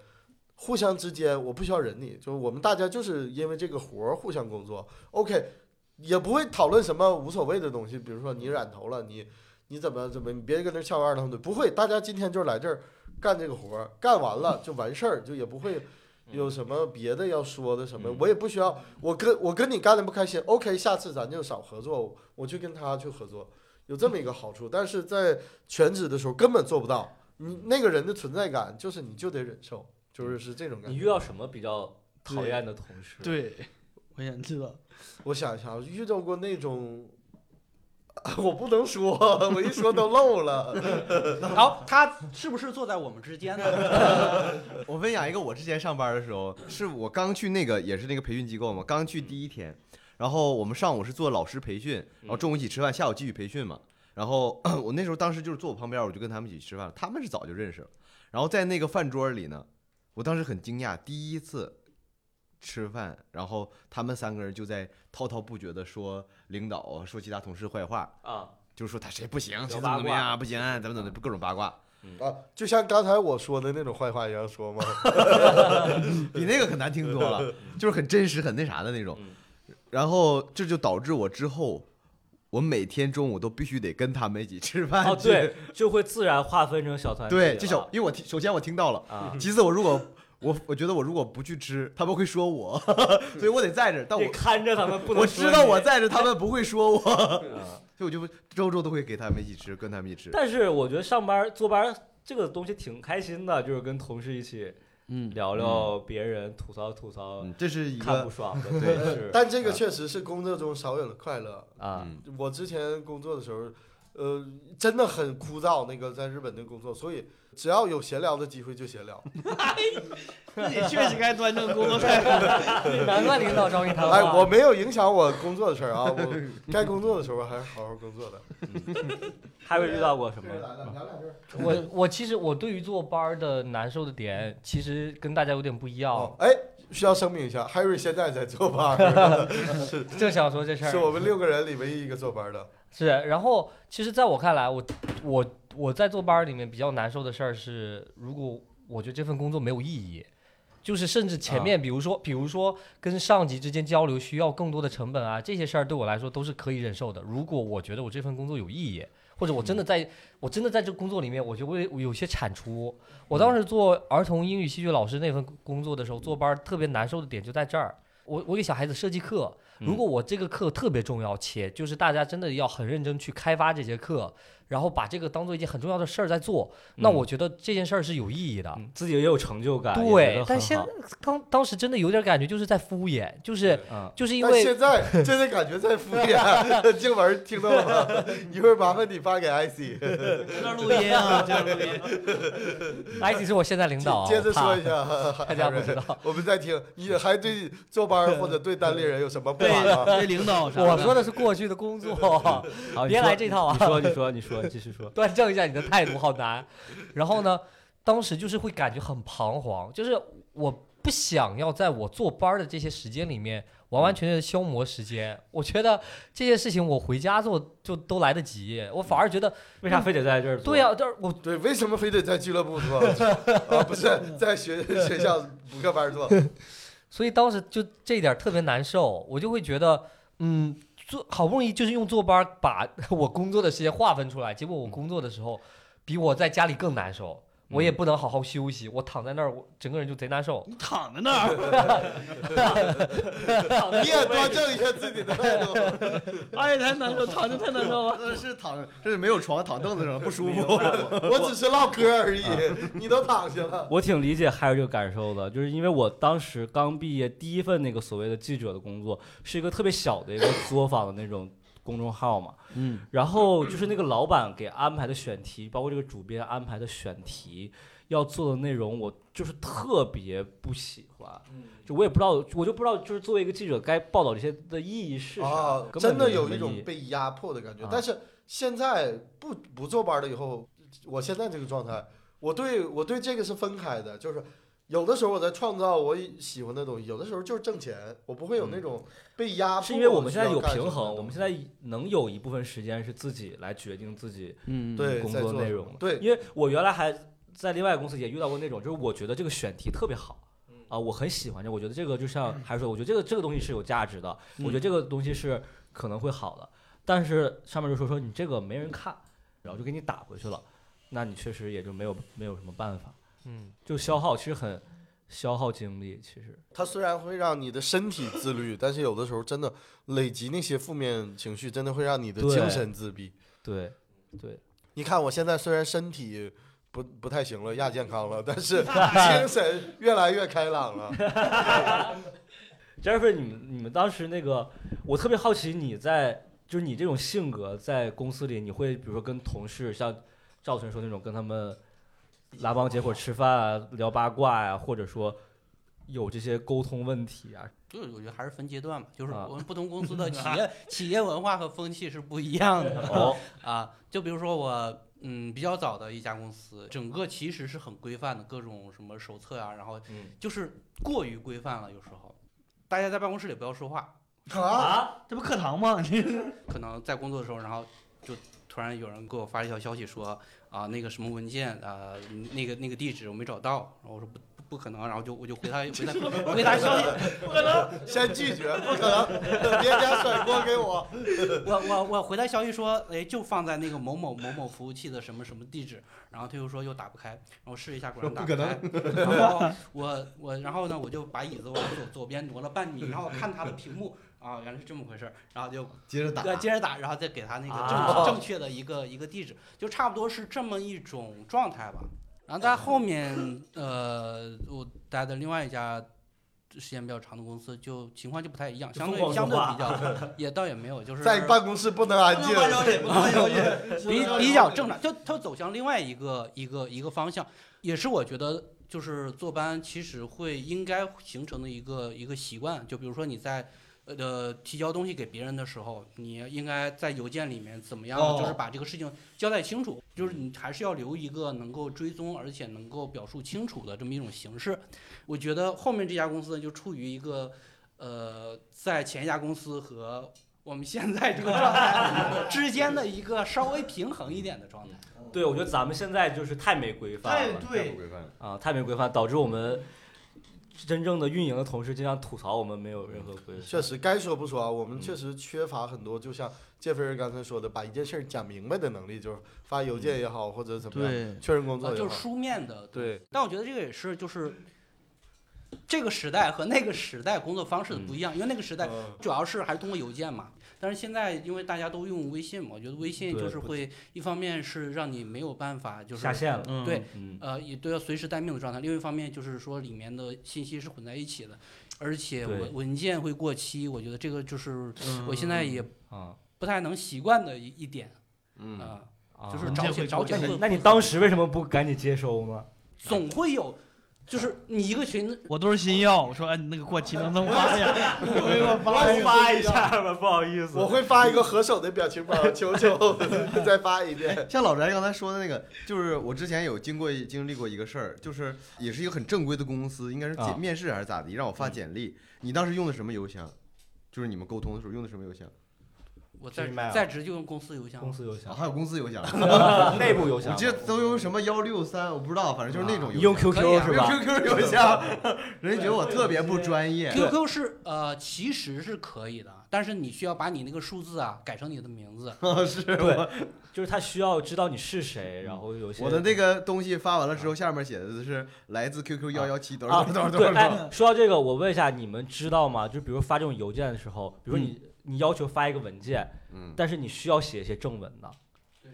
Speaker 4: 互相之间我不需要忍你，就是我们大家就是因为这个活儿互相工作，OK，也不会讨论什么无所谓的东西，比如说你染头了，你你怎么怎么，你别跟那儿翘个二郎腿，不会，大家今天就是来这儿干这个活儿，干完了就完事儿，就也不会有什么别的要说的什么，我也不需要，我跟我跟你干的不开心，OK，下次咱就少合作，我去跟他去合作，有这么一个好处，但是在全职的时候根本做不到，你那个人的存在感就是你就得忍受，就是是这种感
Speaker 1: 你
Speaker 4: 觉。
Speaker 1: 遇到什么比较讨厌的同事？
Speaker 3: 对，我想知道。
Speaker 4: 我想一想，遇到过那种。 我不能说， 我一说都漏了。
Speaker 6: 然后他是不是坐在我们之间呢？
Speaker 2: 我分享一个，我之前上班的时候，是我刚去那个也是那个培训机构嘛，刚去第一天，然后我们上午是做老师培训，然后中午一起吃饭，下午继续培训嘛。然后 我那时候当时就是坐我旁边，我就跟他们一起吃饭了，他们是早就认识了。然后在那个饭桌里呢，我当时很惊讶，第一次吃饭，然后他们三个人就在滔滔不绝的说领导啊说其他同事坏话，
Speaker 1: 啊，
Speaker 2: 就是说他谁不行，谁
Speaker 1: 聊
Speaker 2: 怎
Speaker 1: 八
Speaker 2: 么怎么
Speaker 1: 卦
Speaker 2: 样，不行，怎么怎么的各种八卦。
Speaker 4: 啊，就像刚才我说的那种坏话一样说吗？
Speaker 2: 比那个可难听多了，就是很真实、很那啥的那种
Speaker 1: 嗯。
Speaker 2: 然后这就导致我之后，我每天中午都必须得跟他们一起吃 饭。
Speaker 1: 哦，对，啊就会自然划分成小团体了。
Speaker 2: 对，这嗯小，因为我听，首先我听到了，
Speaker 1: 啊，
Speaker 2: 其次我如果我我觉得我如果不去吃，他们会说我， 所以我得在这儿。但
Speaker 1: 得
Speaker 2: 我
Speaker 1: 看着他们，不能
Speaker 2: 我
Speaker 1: 说
Speaker 2: 知道
Speaker 1: 你
Speaker 2: 我。在这儿，他们不会说我， 所
Speaker 1: 啊
Speaker 2: 以我就周周都会给他们一起吃，跟他们一起吃。
Speaker 1: 但是我觉得上班坐班这个东西挺开心的，就是跟同事一起
Speaker 3: 嗯，
Speaker 1: 聊聊别人，吐槽吐槽
Speaker 2: 嗯，这是一
Speaker 1: 看不
Speaker 2: 个
Speaker 1: 爽 的，对嗯是
Speaker 4: 但这个确实是工作中少有的快乐。
Speaker 1: 啊，
Speaker 2: 嗯
Speaker 4: 我之前工作的时候，呃，真的很枯燥，那个在日本的工作，所以只要有闲聊的机会就闲聊。
Speaker 3: 那你确实该端正工 作态度。
Speaker 5: 难怪领导找你谈
Speaker 4: 哎，
Speaker 5: 话。
Speaker 4: 我没有影响我工作的事儿啊， 我该工作的时候还是好好工作的。
Speaker 1: 还没遇到过什
Speaker 4: 这人来了，
Speaker 1: 么？
Speaker 4: 聊两句儿。
Speaker 5: 我我其实我对于坐班儿的难受的点，其实跟大家有点不一样。
Speaker 4: 哦，哎，需要声明一下，Harry 现在在坐班 儿，
Speaker 5: 正想说这事儿，
Speaker 4: 是我们六个人里唯一一个坐班儿的。
Speaker 5: 是，然后其实在我看来，我我我在坐班儿里面比较难受的事儿是，如果我觉得这份工作没有意义，就是甚至前面比如说、比如说跟上级之间交流需要更多的成本啊，这些事儿对我来说都是可以忍受的。如果我觉得我这份工作有意义，或者我真的在、我真的在这个工作里面，我就会有些产出。我当时做儿童英语戏剧老师那份工作的时候，坐班儿特别难受的点就在这儿。我我给小孩子设计课，如果我这个课特别重要，且就是大家真的要很认真去开发这节课，然后把这个当做一件很重要的事儿在做，那
Speaker 1: 嗯
Speaker 5: 我觉得这件事儿是有意义的。
Speaker 1: 嗯自己也有成就感，也觉
Speaker 5: 对
Speaker 1: 得，
Speaker 5: 但
Speaker 1: 很
Speaker 5: 现
Speaker 1: 好
Speaker 5: 当当时真的有点感觉，就是在敷衍，就是
Speaker 1: 嗯，
Speaker 5: 就是因
Speaker 4: 但
Speaker 5: 为
Speaker 4: 现在真的感觉在敷 衍，静文听到了吗？ 一会儿麻烦你发给 IC。
Speaker 3: 这段录音 啊，这段录音。
Speaker 5: 埃及是我现在领导 啊，
Speaker 4: 接接着
Speaker 5: 我怕
Speaker 4: 说一下，
Speaker 5: 大家不知道。
Speaker 4: 我们在听，你还对坐班儿或者对单立人有什么不啊
Speaker 3: 对
Speaker 4: 满吗？
Speaker 3: 对，领导啥的。
Speaker 5: 我说的是过去的工作，
Speaker 1: 好，你
Speaker 5: 别
Speaker 1: 说
Speaker 5: 来这套啊
Speaker 1: 你说，你说，你说，你继续说。
Speaker 5: 端正一下你的态度，好难。然后呢，当时就是会感觉很彷徨，就是我不想要在我坐班儿的这些时间里面完完全全地消磨时间。我觉得这些事情我回家做就都来得及，我反而觉得
Speaker 1: 为啥非得在这儿做？
Speaker 5: 嗯对呀、啊但是我
Speaker 4: 对，为什么非得在俱乐部做？啊，不是在学 学校补课班儿 做？
Speaker 5: 所以当时就这一点儿特别难受，我就会觉得，嗯，做好不容易就是用坐班儿把 我工作的时间划分出来，结果我工作的时候比我在家里更难受，我也不能好好休息，我躺在那儿，我整个人就贼难受。
Speaker 3: 你躺在那儿，
Speaker 4: 你也端正一下自己的态度。
Speaker 3: 哎，太难受，躺着太难受了。
Speaker 2: 这呃是躺，这是没有床，躺凳子上不舒服。
Speaker 4: 我只是唠嗑而已， 你都躺下了。
Speaker 1: 我挺理解 Harry 这个感受的，就是因为我当时刚毕业，第一份那个所谓的记者的工作，是一个特别小的一个作坊的那种公众号嘛。
Speaker 3: 嗯。
Speaker 1: 然后就是那个老板给安排的选题，包括这个主编安排的选题，要做的内容，我就是特别不喜欢。就我也不知道，我就不知道，就是作为一个记者该报道这些的意义是啥。
Speaker 4: 啊，
Speaker 1: 根本
Speaker 4: 真的
Speaker 1: 没什
Speaker 4: 有
Speaker 1: 么
Speaker 4: 一
Speaker 1: 意
Speaker 4: 种
Speaker 1: 义
Speaker 4: 被压迫的感觉
Speaker 1: 啊。
Speaker 4: 但是现在不不坐班了以后，我现在这个状态，我对我对这个是分开的，就是。有的时候我在创造我喜欢的东西，有的时候就是挣钱，我不会有那种被压迫。
Speaker 1: 是因为我们现在有
Speaker 4: 需要
Speaker 1: 平
Speaker 4: 干什么的
Speaker 1: 衡，我们
Speaker 4: 东西
Speaker 1: 现在能有一部分时间是自己来决定自己
Speaker 3: 嗯，
Speaker 4: 对
Speaker 1: 工
Speaker 4: 在
Speaker 1: 作
Speaker 4: 做
Speaker 1: 内
Speaker 4: 什
Speaker 1: 容
Speaker 4: 么
Speaker 1: 了。
Speaker 4: 对
Speaker 1: 因为我原来还在另外一个公司也遇到过那种，就是我觉得这个选题特别好。啊，我很喜欢这，我觉得这个就像还是说，我觉得这个这个东西是有价值的，我觉得这个东西是可能会好的，但是上面就说说你这个没人看，然后就给你打回去了，那你确实也就没有没有什么办法，
Speaker 5: 嗯，
Speaker 1: 就消耗，其实很消耗精力，其实
Speaker 4: 它虽然会让你的身体自律，但是有的时候真的累积那些负面情绪，真的会让你的
Speaker 1: 对
Speaker 4: 精神自闭。
Speaker 1: 对对，
Speaker 4: 你看我现在虽然身体不不太行了，亚健康了，但 是精神越来越开朗了。
Speaker 1: Jeffrey，你们你们当时那个，我特别好奇你在就是你这种性格在公司里，你会比如说跟同事像赵晨说那种跟他们拉帮结伙吃饭啊、聊八卦呀、或者说有这些沟通问题啊，
Speaker 6: 就是我觉得还是分阶段吧，就是
Speaker 1: 啊
Speaker 6: 我们不同公司的企 业企业文化和风气是不一样的。
Speaker 1: 哦，
Speaker 6: 啊，就比如说我，嗯，比较早的一家公司，整个其实是很规范的，各种什么手册啊，然后
Speaker 1: 嗯
Speaker 6: 就是过于规范了，有时候大家在办公室里不要说话，
Speaker 3: 啊，这不课堂吗？你
Speaker 6: 可能在工作的时候，然后就突然有人给我发一条消息说啊，那个什么文件啊、呃那个那个地址我没找到，然后我说不不不可能，然后就我就回他回他回他消息，
Speaker 5: 啊
Speaker 4: 先拒绝，不可能，别家甩锅给我。
Speaker 6: 我我我回他消息说，哎，就放在那个某某某某服务器的什么什么地址，然后他又说又打不开，然后试一下果然打不开，然后我我然后呢我就把椅子往左左边挪了半米，然后看他的屏幕啊，原来是这么回事儿，然后就
Speaker 2: 接着打，
Speaker 6: 呃接着打，然后再给他那个正、
Speaker 1: 啊
Speaker 6: 正确的一个一个地址，就差不多是这么一种状态吧。然后在后面，呃，我待的另外一家时间比较长的公司，就情况就不太一样，
Speaker 1: 啊就
Speaker 6: 相对
Speaker 1: 疯狂
Speaker 6: 相对
Speaker 1: 说话
Speaker 6: 比较，也倒也没有，就是
Speaker 4: 在办公室不能安 静，
Speaker 6: 比比较正常，就它走向另外一个一个一个方向，也是我觉得就是坐班其实会应该形成的一个一个习惯。就比如说你在呃提交东西给别人的时候，你应该在邮件里面怎么样，
Speaker 3: 哦
Speaker 6: 就是把这个事情交代清楚，就是你还是要留一个能够追踪而且能够表述清楚的这么一种形式。我觉得后面这家公司呢，就处于一个呃，在前一家公司和我们现在这个状态之间的一个稍微平衡一点的状态。
Speaker 1: 对，我觉得咱们现在就是太没规范了，
Speaker 3: 对，
Speaker 2: 规范。
Speaker 1: 啊，太没规范，导致我们真正的运营的同事经常吐槽我们没有任何规
Speaker 4: 确实该说不说啊，我们确实缺乏很多，就像杰菲尔刚才说的，把一件事儿讲明白的能力，就是发邮件也好，或者怎么样
Speaker 3: 对，
Speaker 4: 确认工
Speaker 6: 啊
Speaker 4: 作也
Speaker 6: 就是
Speaker 4: 好。嗯
Speaker 6: 书面的。
Speaker 4: 对，
Speaker 6: 但我觉得这个也是就是。这个时代和那个时代工作方式不一样，因为那个时代
Speaker 4: 嗯
Speaker 6: 主要是还是通过邮件嘛。但是现在因为大家都用微信嘛，我觉得微信
Speaker 1: 对
Speaker 6: 就是会一方面是让你没有办法就是
Speaker 1: 下线了。
Speaker 3: 嗯
Speaker 6: 对
Speaker 1: 嗯，
Speaker 6: 呃，也都要随时待命的状态。另一方面就是说，里面的信息是混在一起的，而且
Speaker 1: 对
Speaker 6: 文文件会过期。我觉得这个就是
Speaker 3: 嗯
Speaker 6: 我现在也
Speaker 1: 啊
Speaker 6: 不太能习惯的一一点
Speaker 4: 嗯，
Speaker 6: 啊、
Speaker 1: 啊
Speaker 6: 就是
Speaker 3: 文
Speaker 6: 找
Speaker 3: 件
Speaker 6: 解
Speaker 3: 会
Speaker 6: 找
Speaker 3: 过
Speaker 6: 解
Speaker 1: 那你
Speaker 6: 困。
Speaker 1: 那你当时为什么不赶紧接收呢？
Speaker 6: 总会有，就是你一个群，
Speaker 3: 我都是新药，我说哎，你那个过期能不能发呀？我给我发
Speaker 4: 我发一
Speaker 1: 下 吧，不好意
Speaker 4: 我会发一个合手的表情包，求求 再发一遍。
Speaker 2: 像老翟刚才说的那个，就是我之前有经过经历过一个事儿，就是也是一个很正规的公司，应该是
Speaker 1: 啊
Speaker 2: 简面试还是咋的，让我
Speaker 3: 嗯
Speaker 2: 发简历。你当时用的什么邮箱？就是你们沟通的时候用的什么邮箱？
Speaker 6: 我在
Speaker 1: Gmail
Speaker 6: 在职就用公司邮箱
Speaker 1: 公，司邮
Speaker 2: 啊
Speaker 1: 箱，
Speaker 2: 还有公司邮箱，
Speaker 1: 内部邮
Speaker 2: 我
Speaker 1: 箱，
Speaker 2: 记得都用什么幺六三，我不知道，反正就是那种
Speaker 1: 你
Speaker 2: 邮
Speaker 1: 用
Speaker 2: 箱。
Speaker 6: 可
Speaker 1: QQ
Speaker 6: 以啊
Speaker 1: 是
Speaker 2: 用
Speaker 1: 吧？
Speaker 2: QQ 邮箱，人家觉得我特别不专业。
Speaker 6: QQ 是呃，其实是可以的，但是你需要把你那个数字啊改成你的名字。
Speaker 2: 是我
Speaker 1: 对，就是他需要知道你是谁，然后有些
Speaker 2: 我的那个东西发完了之后，下面写的是来自 QQ 幺幺七多
Speaker 1: 啊
Speaker 2: 少多少多
Speaker 1: 对，
Speaker 2: 少多少。
Speaker 1: 哎，说到这个，我问一下，你们知道吗？就比如发这种邮件的时候，比如你、你要求发一个文件，
Speaker 2: 嗯，哦
Speaker 1: 但是你需要写一些正文的，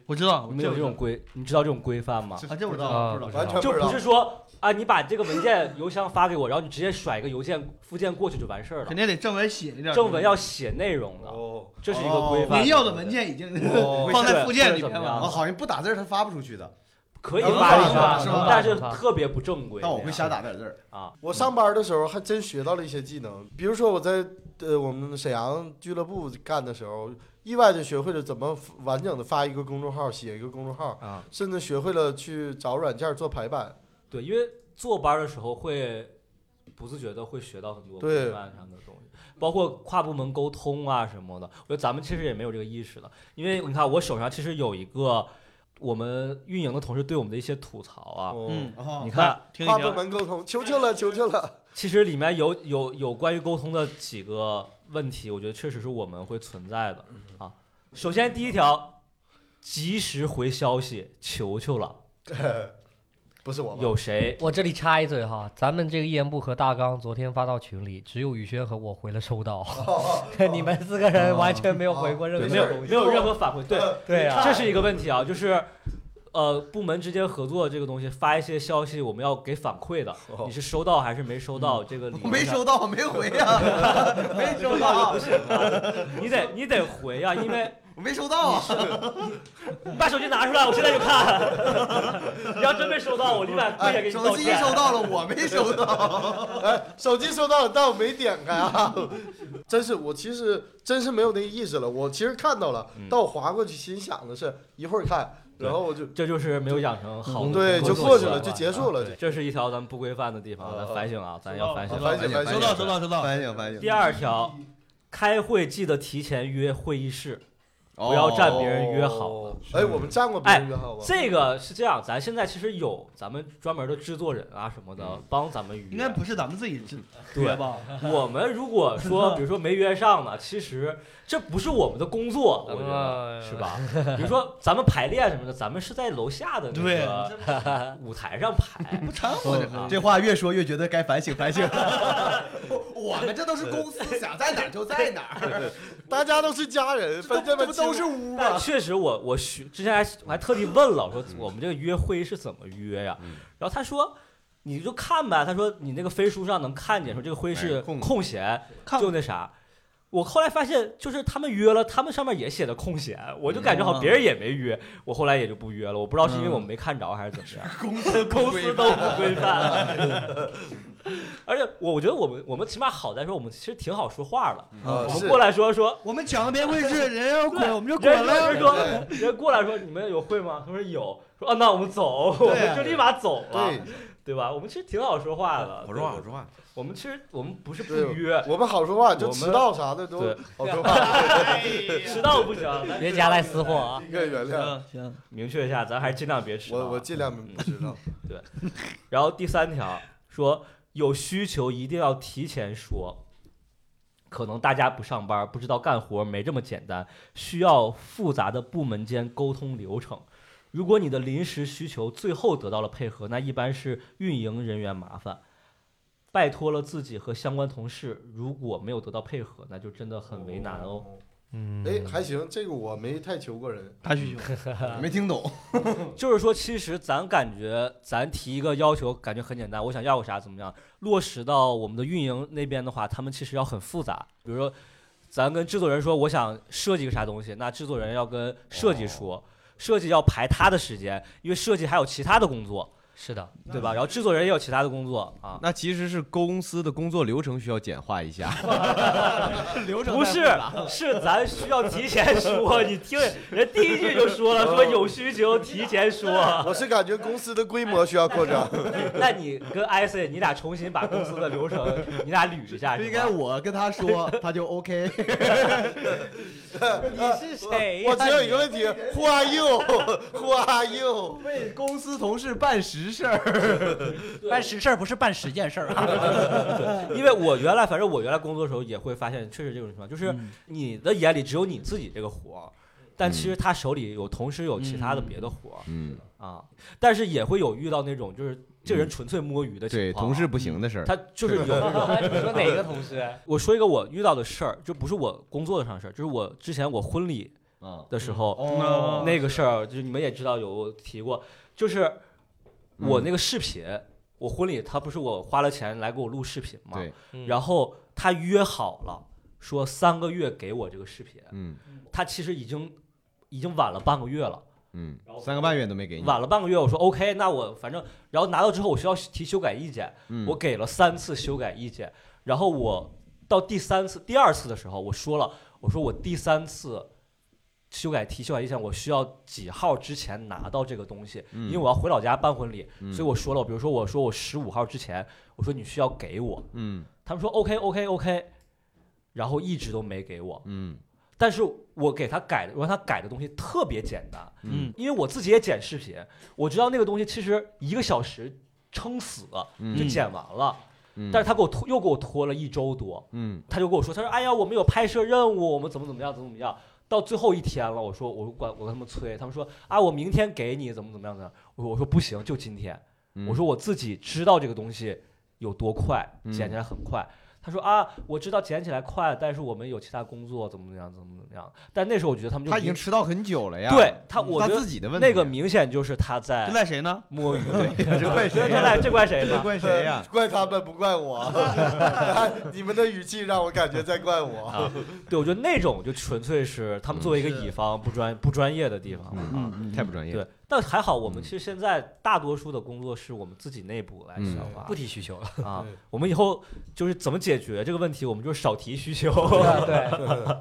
Speaker 3: 我知道，
Speaker 1: 你们有这种规，你知道这种规范吗？
Speaker 2: 啊，这我知
Speaker 5: 啊
Speaker 2: 道，不知道。
Speaker 4: 完全
Speaker 1: 就
Speaker 4: 不知
Speaker 1: 不
Speaker 4: 道
Speaker 1: 是说啊，你把这个文件邮箱发给我，然后你直接甩一个邮件附件过去就完事儿了
Speaker 3: 肯。定得正文写一点。
Speaker 1: 正文要写内容的，
Speaker 4: 哦，
Speaker 1: 这是一个规范。
Speaker 3: 您要的文件已经
Speaker 4: 哦
Speaker 3: 放在附件里
Speaker 1: 或者怎么
Speaker 3: 面
Speaker 1: 样
Speaker 3: 了。
Speaker 2: 啊，好像不打字儿它发不出去的，
Speaker 1: 可以
Speaker 2: 能
Speaker 1: 发一
Speaker 2: 发
Speaker 1: 发，
Speaker 2: 是吧
Speaker 1: 但是特别不正规。
Speaker 2: 但我会瞎打点字儿。
Speaker 1: 啊，
Speaker 4: 我上班的时候还真学到了一些技能，比如说我在呃我们沈阳俱乐部干的时候，意外的学会了怎么完整的发一个公众号，写一个公众号，
Speaker 1: 啊，
Speaker 4: 甚至学会了去找软件做排版。
Speaker 1: 对，因为坐班的时候会不自觉的会学到很多
Speaker 4: 对
Speaker 1: 规范上的东西，包括跨部门沟通啊什么的。我觉得咱们其实也没有这个意识的，因为你看我手上其实有一个我们运营的同事对我们的一些吐槽啊，
Speaker 4: 哦
Speaker 3: 嗯，
Speaker 2: 哦
Speaker 1: 你看，
Speaker 3: 听一
Speaker 4: 跨部
Speaker 3: 听，
Speaker 4: 门沟通，求求了，求 求了。
Speaker 1: 其实里面有有有关于沟通的几个问题，我觉得确实是我们会存在的
Speaker 2: 嗯
Speaker 1: 啊。首先第一条，及时回消息，求求了。
Speaker 4: 不是我吧？
Speaker 1: 有谁？
Speaker 5: 我这里插一嘴哈，咱们这个一言不合大纲昨天发到群里，只有宇轩和我回了收到， 你们四个人完全没有回过任何
Speaker 1: 没
Speaker 4: 没
Speaker 1: 有
Speaker 4: 有
Speaker 5: 东西。
Speaker 1: 没有任何反
Speaker 2: 呃
Speaker 1: 馈，对
Speaker 5: 对啊，
Speaker 1: 这是一个问题啊，就是呃部门之间合作这个东西，发一些消息我们要给反馈的，
Speaker 4: 哦
Speaker 1: 你是收到还是没收到？这个理
Speaker 2: 嗯我
Speaker 1: 论
Speaker 2: 没
Speaker 1: 上
Speaker 2: 收到，我没回啊呀，没收到，
Speaker 1: 你得你得回呀、因为
Speaker 2: 我没收到啊。
Speaker 1: 你把手机拿出来，我现在就看。 你要真没收到，我立马跪下给
Speaker 2: 哎，
Speaker 1: 你道
Speaker 2: 手机
Speaker 1: 歉。
Speaker 2: 收到了， 我没收到。
Speaker 4: 哎，手机收到了，但我没点开啊！ 真是，我其实真是没有那个意识了。我其实看到了，
Speaker 1: 嗯
Speaker 4: 但我划过去，心想的是一会儿看，然后我就
Speaker 1: 这就是没有养成好的
Speaker 4: 嗯对
Speaker 1: 工
Speaker 4: 就
Speaker 1: 作
Speaker 4: 过去
Speaker 1: 习
Speaker 4: 了，
Speaker 1: 惯啊
Speaker 4: 就结束了。就
Speaker 1: 这是一条咱们不规范的地方，
Speaker 4: 哦
Speaker 1: 咱
Speaker 4: 哦
Speaker 1: 反省啊，咱要反省。
Speaker 4: 反省反省
Speaker 3: 收到收到收到，
Speaker 2: 哦反省
Speaker 4: 呃
Speaker 2: 反省。
Speaker 1: 第二条，开会记得提前约会议室。
Speaker 2: 哦，
Speaker 1: 不要占别人约好
Speaker 4: 哦哎，我们占过别
Speaker 1: 哎
Speaker 4: 人约好吗？
Speaker 1: 这个是这样，咱现在其实有咱们专门的制作人啊什么的
Speaker 4: 嗯
Speaker 1: 帮咱们约。
Speaker 3: 应该不是咱们自己制
Speaker 1: 对啊
Speaker 3: 吧？
Speaker 1: 我们如果说，比如说没约上呢，其实这不是我们的工作，
Speaker 4: 嗯
Speaker 1: 我觉
Speaker 5: 啊
Speaker 1: 得是吧？比如说咱们排练什么的，咱们是在楼下的那
Speaker 3: 对
Speaker 1: 个 舞台上排。
Speaker 3: 不掺和这
Speaker 1: 啊
Speaker 3: 个。
Speaker 2: 啊这话越说越觉得该反省反省。我们这都是公司，想在哪儿就在哪儿，
Speaker 4: 大家都是家人，分这么
Speaker 2: 不都
Speaker 4: 清
Speaker 2: 是屋
Speaker 1: 但
Speaker 2: 吗？
Speaker 1: 确实我，我学之前还我还特地问了，我说我们这个约会是怎么约呀、
Speaker 2: 嗯
Speaker 1: 然后他说。你就看呗，他说你那个飞书上能看见，说这个会是
Speaker 2: 哎空
Speaker 1: 空闲，
Speaker 3: 看
Speaker 1: 就那啥。我后来发现，就是他们约了，他们上面也写的空闲，我就感觉好像别人也没约，我后来也就不约了。我不知道是因
Speaker 2: 嗯
Speaker 1: 为我们没看着还是怎么样，
Speaker 2: 公 司
Speaker 1: 公司都不规范。而且我我觉得我们我们起码好在说我们其实挺好说话的，
Speaker 4: 啊
Speaker 2: 呃嗯
Speaker 1: 我
Speaker 4: 是
Speaker 1: 们过来说说
Speaker 3: 我们讲的别会是人要滚，我们就滚
Speaker 1: 人
Speaker 3: 了。
Speaker 1: 人说人过来说你们有会吗？他说有，说啊那我们走，我们就立马走了，
Speaker 4: 对，
Speaker 1: 对吧？我们其实挺好说话的，
Speaker 2: 我说话，我说话。
Speaker 1: 我们其实我们不是不
Speaker 4: 对
Speaker 1: 约，
Speaker 4: 我们好说话，就
Speaker 1: 我们
Speaker 4: 迟到啥的都
Speaker 1: 对
Speaker 4: 好说话，
Speaker 1: 迟到不行，咱
Speaker 5: 别夹带私货啊！
Speaker 4: 愿原谅。
Speaker 3: 行行，
Speaker 1: 明确一下，咱还是尽量别迟到啊。
Speaker 4: 我我尽量不知道。
Speaker 1: 然后第三条说有需求一定要提前说。可能大家不上班，不知道干活，没这么简单，需要复杂的部门间沟通流程。如果你的临时需求最后得到了配合，那一般是运营人员麻烦，拜托了自己和相关同事。如果没有得到配合，那就真的 很为难哦。。
Speaker 5: 嗯
Speaker 4: 哎，还行，这个我没太求 过人。
Speaker 3: 他需求，
Speaker 2: 没听懂，
Speaker 1: 就是说，其实咱感觉咱提一个要求，感觉很简单，我想要个啥怎么样？落实到我们的运营那边的话，他们其实要很复杂。比如说，咱跟制作人说我想设计个啥东西，那制作人要跟设计说，设计要排他的时间，因为设计还有其他的工作，
Speaker 5: 是的，
Speaker 1: 对吧？然后制作人也有其他的工作啊。
Speaker 7: 那其实是公司的工作流程需要简化一 下。
Speaker 3: 流
Speaker 1: 不是，是咱需要提前说。你听人第一句就说了，说有需求提前说。
Speaker 4: 我是感觉公司的规模需要扩张。
Speaker 1: 那 你跟艾森，你俩重新把公司的流程，你俩捋一 下。是吧
Speaker 2: 应该我跟他说，他就 OK。
Speaker 1: 你是谁呀
Speaker 4: 呃我只有一个问题，Who are you？Who are you？
Speaker 2: 为公司同事办实事儿，
Speaker 6: 办实事儿不是办十件事儿啊。
Speaker 1: 因为我原来，反正我原来工作的时候也会发现，确实这种情况，就是
Speaker 4: 嗯
Speaker 1: 你的眼里只有你自己这个活儿，但其实他手里有同时有其他的别的活儿
Speaker 7: 嗯，
Speaker 1: 啊，但是也会有遇到那种就是这人纯粹摸鱼的情
Speaker 7: 对，
Speaker 1: 况啊。
Speaker 7: 同事不行的事儿。
Speaker 1: 他就是有那种。
Speaker 5: 你说哪个同事？
Speaker 1: 我说一个我遇到的事儿，就不是我工作上的事儿，就是我之前我婚礼
Speaker 2: 啊
Speaker 7: 嗯
Speaker 1: 的时候
Speaker 3: 哦
Speaker 1: 那个事儿，就是你们也知道有提过，就是我
Speaker 7: 嗯
Speaker 1: 那个视频，我婚礼他不是我花了钱来给我录视频嘛，
Speaker 7: 对
Speaker 5: 嗯
Speaker 1: 然后他约好了，说三个月给我这个视频，
Speaker 7: 嗯
Speaker 1: 他其实已经已经晚了半个月了，
Speaker 7: 嗯，三个半月都没给你。
Speaker 1: 晚了半个月，我说 OK，那我反正，然后拿到之后我需要提修改意见，
Speaker 7: 嗯
Speaker 1: 我给了三次修改意见，然后我到第三次、第二次的时候，我说了，我说我第三次。修改提修改意见，我需要几号之前拿到这个东西，因为我要回老家办婚礼，
Speaker 7: 嗯
Speaker 1: 所以我说了，比如说我说我十五号之前，我说你需要给我，
Speaker 7: 嗯
Speaker 1: 他们说 OK OK OK，然后一直都没给我。
Speaker 7: 嗯
Speaker 1: 但是我给他改的，我让他改的东西特别简单，
Speaker 3: 嗯，
Speaker 1: 因为我自己也剪视频，我知道那个东西其实一个小时撑死就
Speaker 7: 嗯
Speaker 1: 剪完了，
Speaker 7: 嗯，
Speaker 1: 但是他给我拖又给我拖了一周多，
Speaker 7: 嗯
Speaker 1: 他就跟我说，他说哎呀我们有拍摄任务，我们怎么怎么样怎么怎么样，到最后一天了，我说我管我跟他们催，他们说啊我明天给你怎么怎么样怎么样，我我说不行就今天，
Speaker 7: 嗯
Speaker 1: 我说我自己知道这个东西有多快，捡起来很快。他说啊，我知道捡起来快，但是我们有其他工作，怎么怎么样，怎么怎么样。但那时候我觉得他们就
Speaker 7: 他已经
Speaker 1: 明
Speaker 7: 迟到很久了呀。
Speaker 1: 对他，我
Speaker 7: 他
Speaker 1: 觉
Speaker 7: 自
Speaker 1: 得
Speaker 7: 己的问题。啊
Speaker 1: 那个明显就是他在
Speaker 3: 这赖谁 呢？
Speaker 1: 摸鱼。
Speaker 7: 这怪
Speaker 1: 这
Speaker 7: 谁
Speaker 1: 这
Speaker 7: 呀？
Speaker 1: 赖这怪谁
Speaker 7: 这
Speaker 1: 呢？
Speaker 7: 怪谁呀？
Speaker 4: 怪他们不怪我， 你们的语气让我感觉在 怪我。
Speaker 1: 啊，对，我觉得那种就纯粹是他们作为一个乙方不专不专业的地方了啊。
Speaker 3: 嗯，
Speaker 7: 太不专业了。
Speaker 1: 对，但还好，我们其实现在大多数的工作是我们自己内部来消化
Speaker 5: 不提需求了。
Speaker 1: 啊
Speaker 4: 对。
Speaker 1: 我们以后就是怎么解决这个问题，我们就是少提需求。
Speaker 5: 对，啊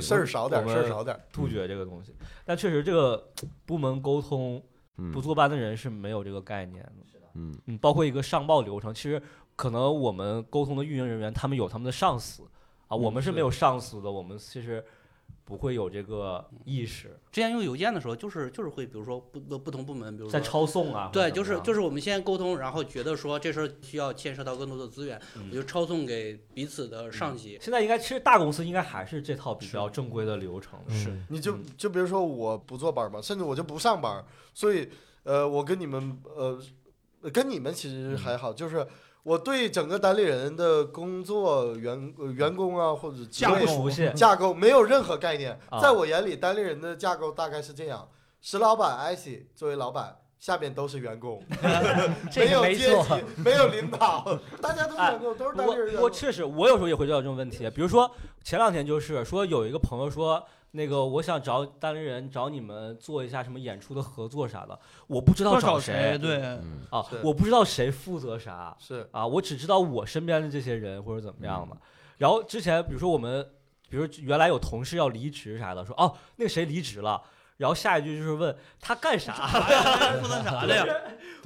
Speaker 4: 事儿少点儿，
Speaker 1: 我
Speaker 4: 事
Speaker 1: 们
Speaker 4: 儿少点儿。
Speaker 1: 杜绝这个东西。但确实，这个部门沟通
Speaker 7: 嗯
Speaker 1: 不坐班的人是没有这个概念的。
Speaker 7: 嗯
Speaker 1: 嗯，包括一个上报流程，其实可能我们沟通的运营人员他们有他们的上司啊，我们是没有上司的，我们其实不会有这个意识，
Speaker 6: 之前用邮件的时候，就是就是会，比如说不不不同部门，比如
Speaker 1: 在
Speaker 6: 说。
Speaker 1: 抄送啊。。
Speaker 6: 对，就是就是是我们先沟通，然后觉得说这事儿需要牵涉到更多的资源，
Speaker 1: 嗯
Speaker 6: 我就抄送给彼 此的上级。
Speaker 1: 现在应该，其实大公司应该还是这套比较正规的流程。
Speaker 5: 是
Speaker 4: 你就
Speaker 1: 嗯
Speaker 4: 就比如说我不坐班嘛，甚至我就不上班，所以呃，我跟你们呃，跟你们其
Speaker 1: 嗯
Speaker 4: 实还好，就是我对整个单立人的工作员、呃员工啊或者职
Speaker 1: 架嗯
Speaker 4: 位
Speaker 1: 不熟悉，
Speaker 4: 架构没有任何概念，
Speaker 1: 啊
Speaker 4: 在我眼里，单立人的架构大概是这样：石老板、艾希作为老板。下边都是员工，
Speaker 5: 这
Speaker 4: 没
Speaker 5: 个
Speaker 4: 有
Speaker 5: 没
Speaker 4: 阶
Speaker 5: 错。
Speaker 4: 级，没有领导，大家都是员工，都是单立人员
Speaker 1: 我我
Speaker 4: 工。
Speaker 1: 确实，我有时候也会遇到这种问题。比如说前两天就是说有一个朋友说，那个我想找单立人找你们做一下什么演出的合作啥的，我不知道
Speaker 3: 要找
Speaker 1: 谁
Speaker 3: 对，
Speaker 7: 嗯
Speaker 1: 啊
Speaker 4: 是，
Speaker 1: 我不知道谁负责啥
Speaker 4: 是
Speaker 1: 啊，我只知道我身边的这些人或者怎么样
Speaker 7: 嗯
Speaker 1: 的。然后之前比如说我们，比如原来有同事要离职啥的，说哦那个谁离职了，然后下一句就是问他 干啥。
Speaker 3: 负责啥哎的呀？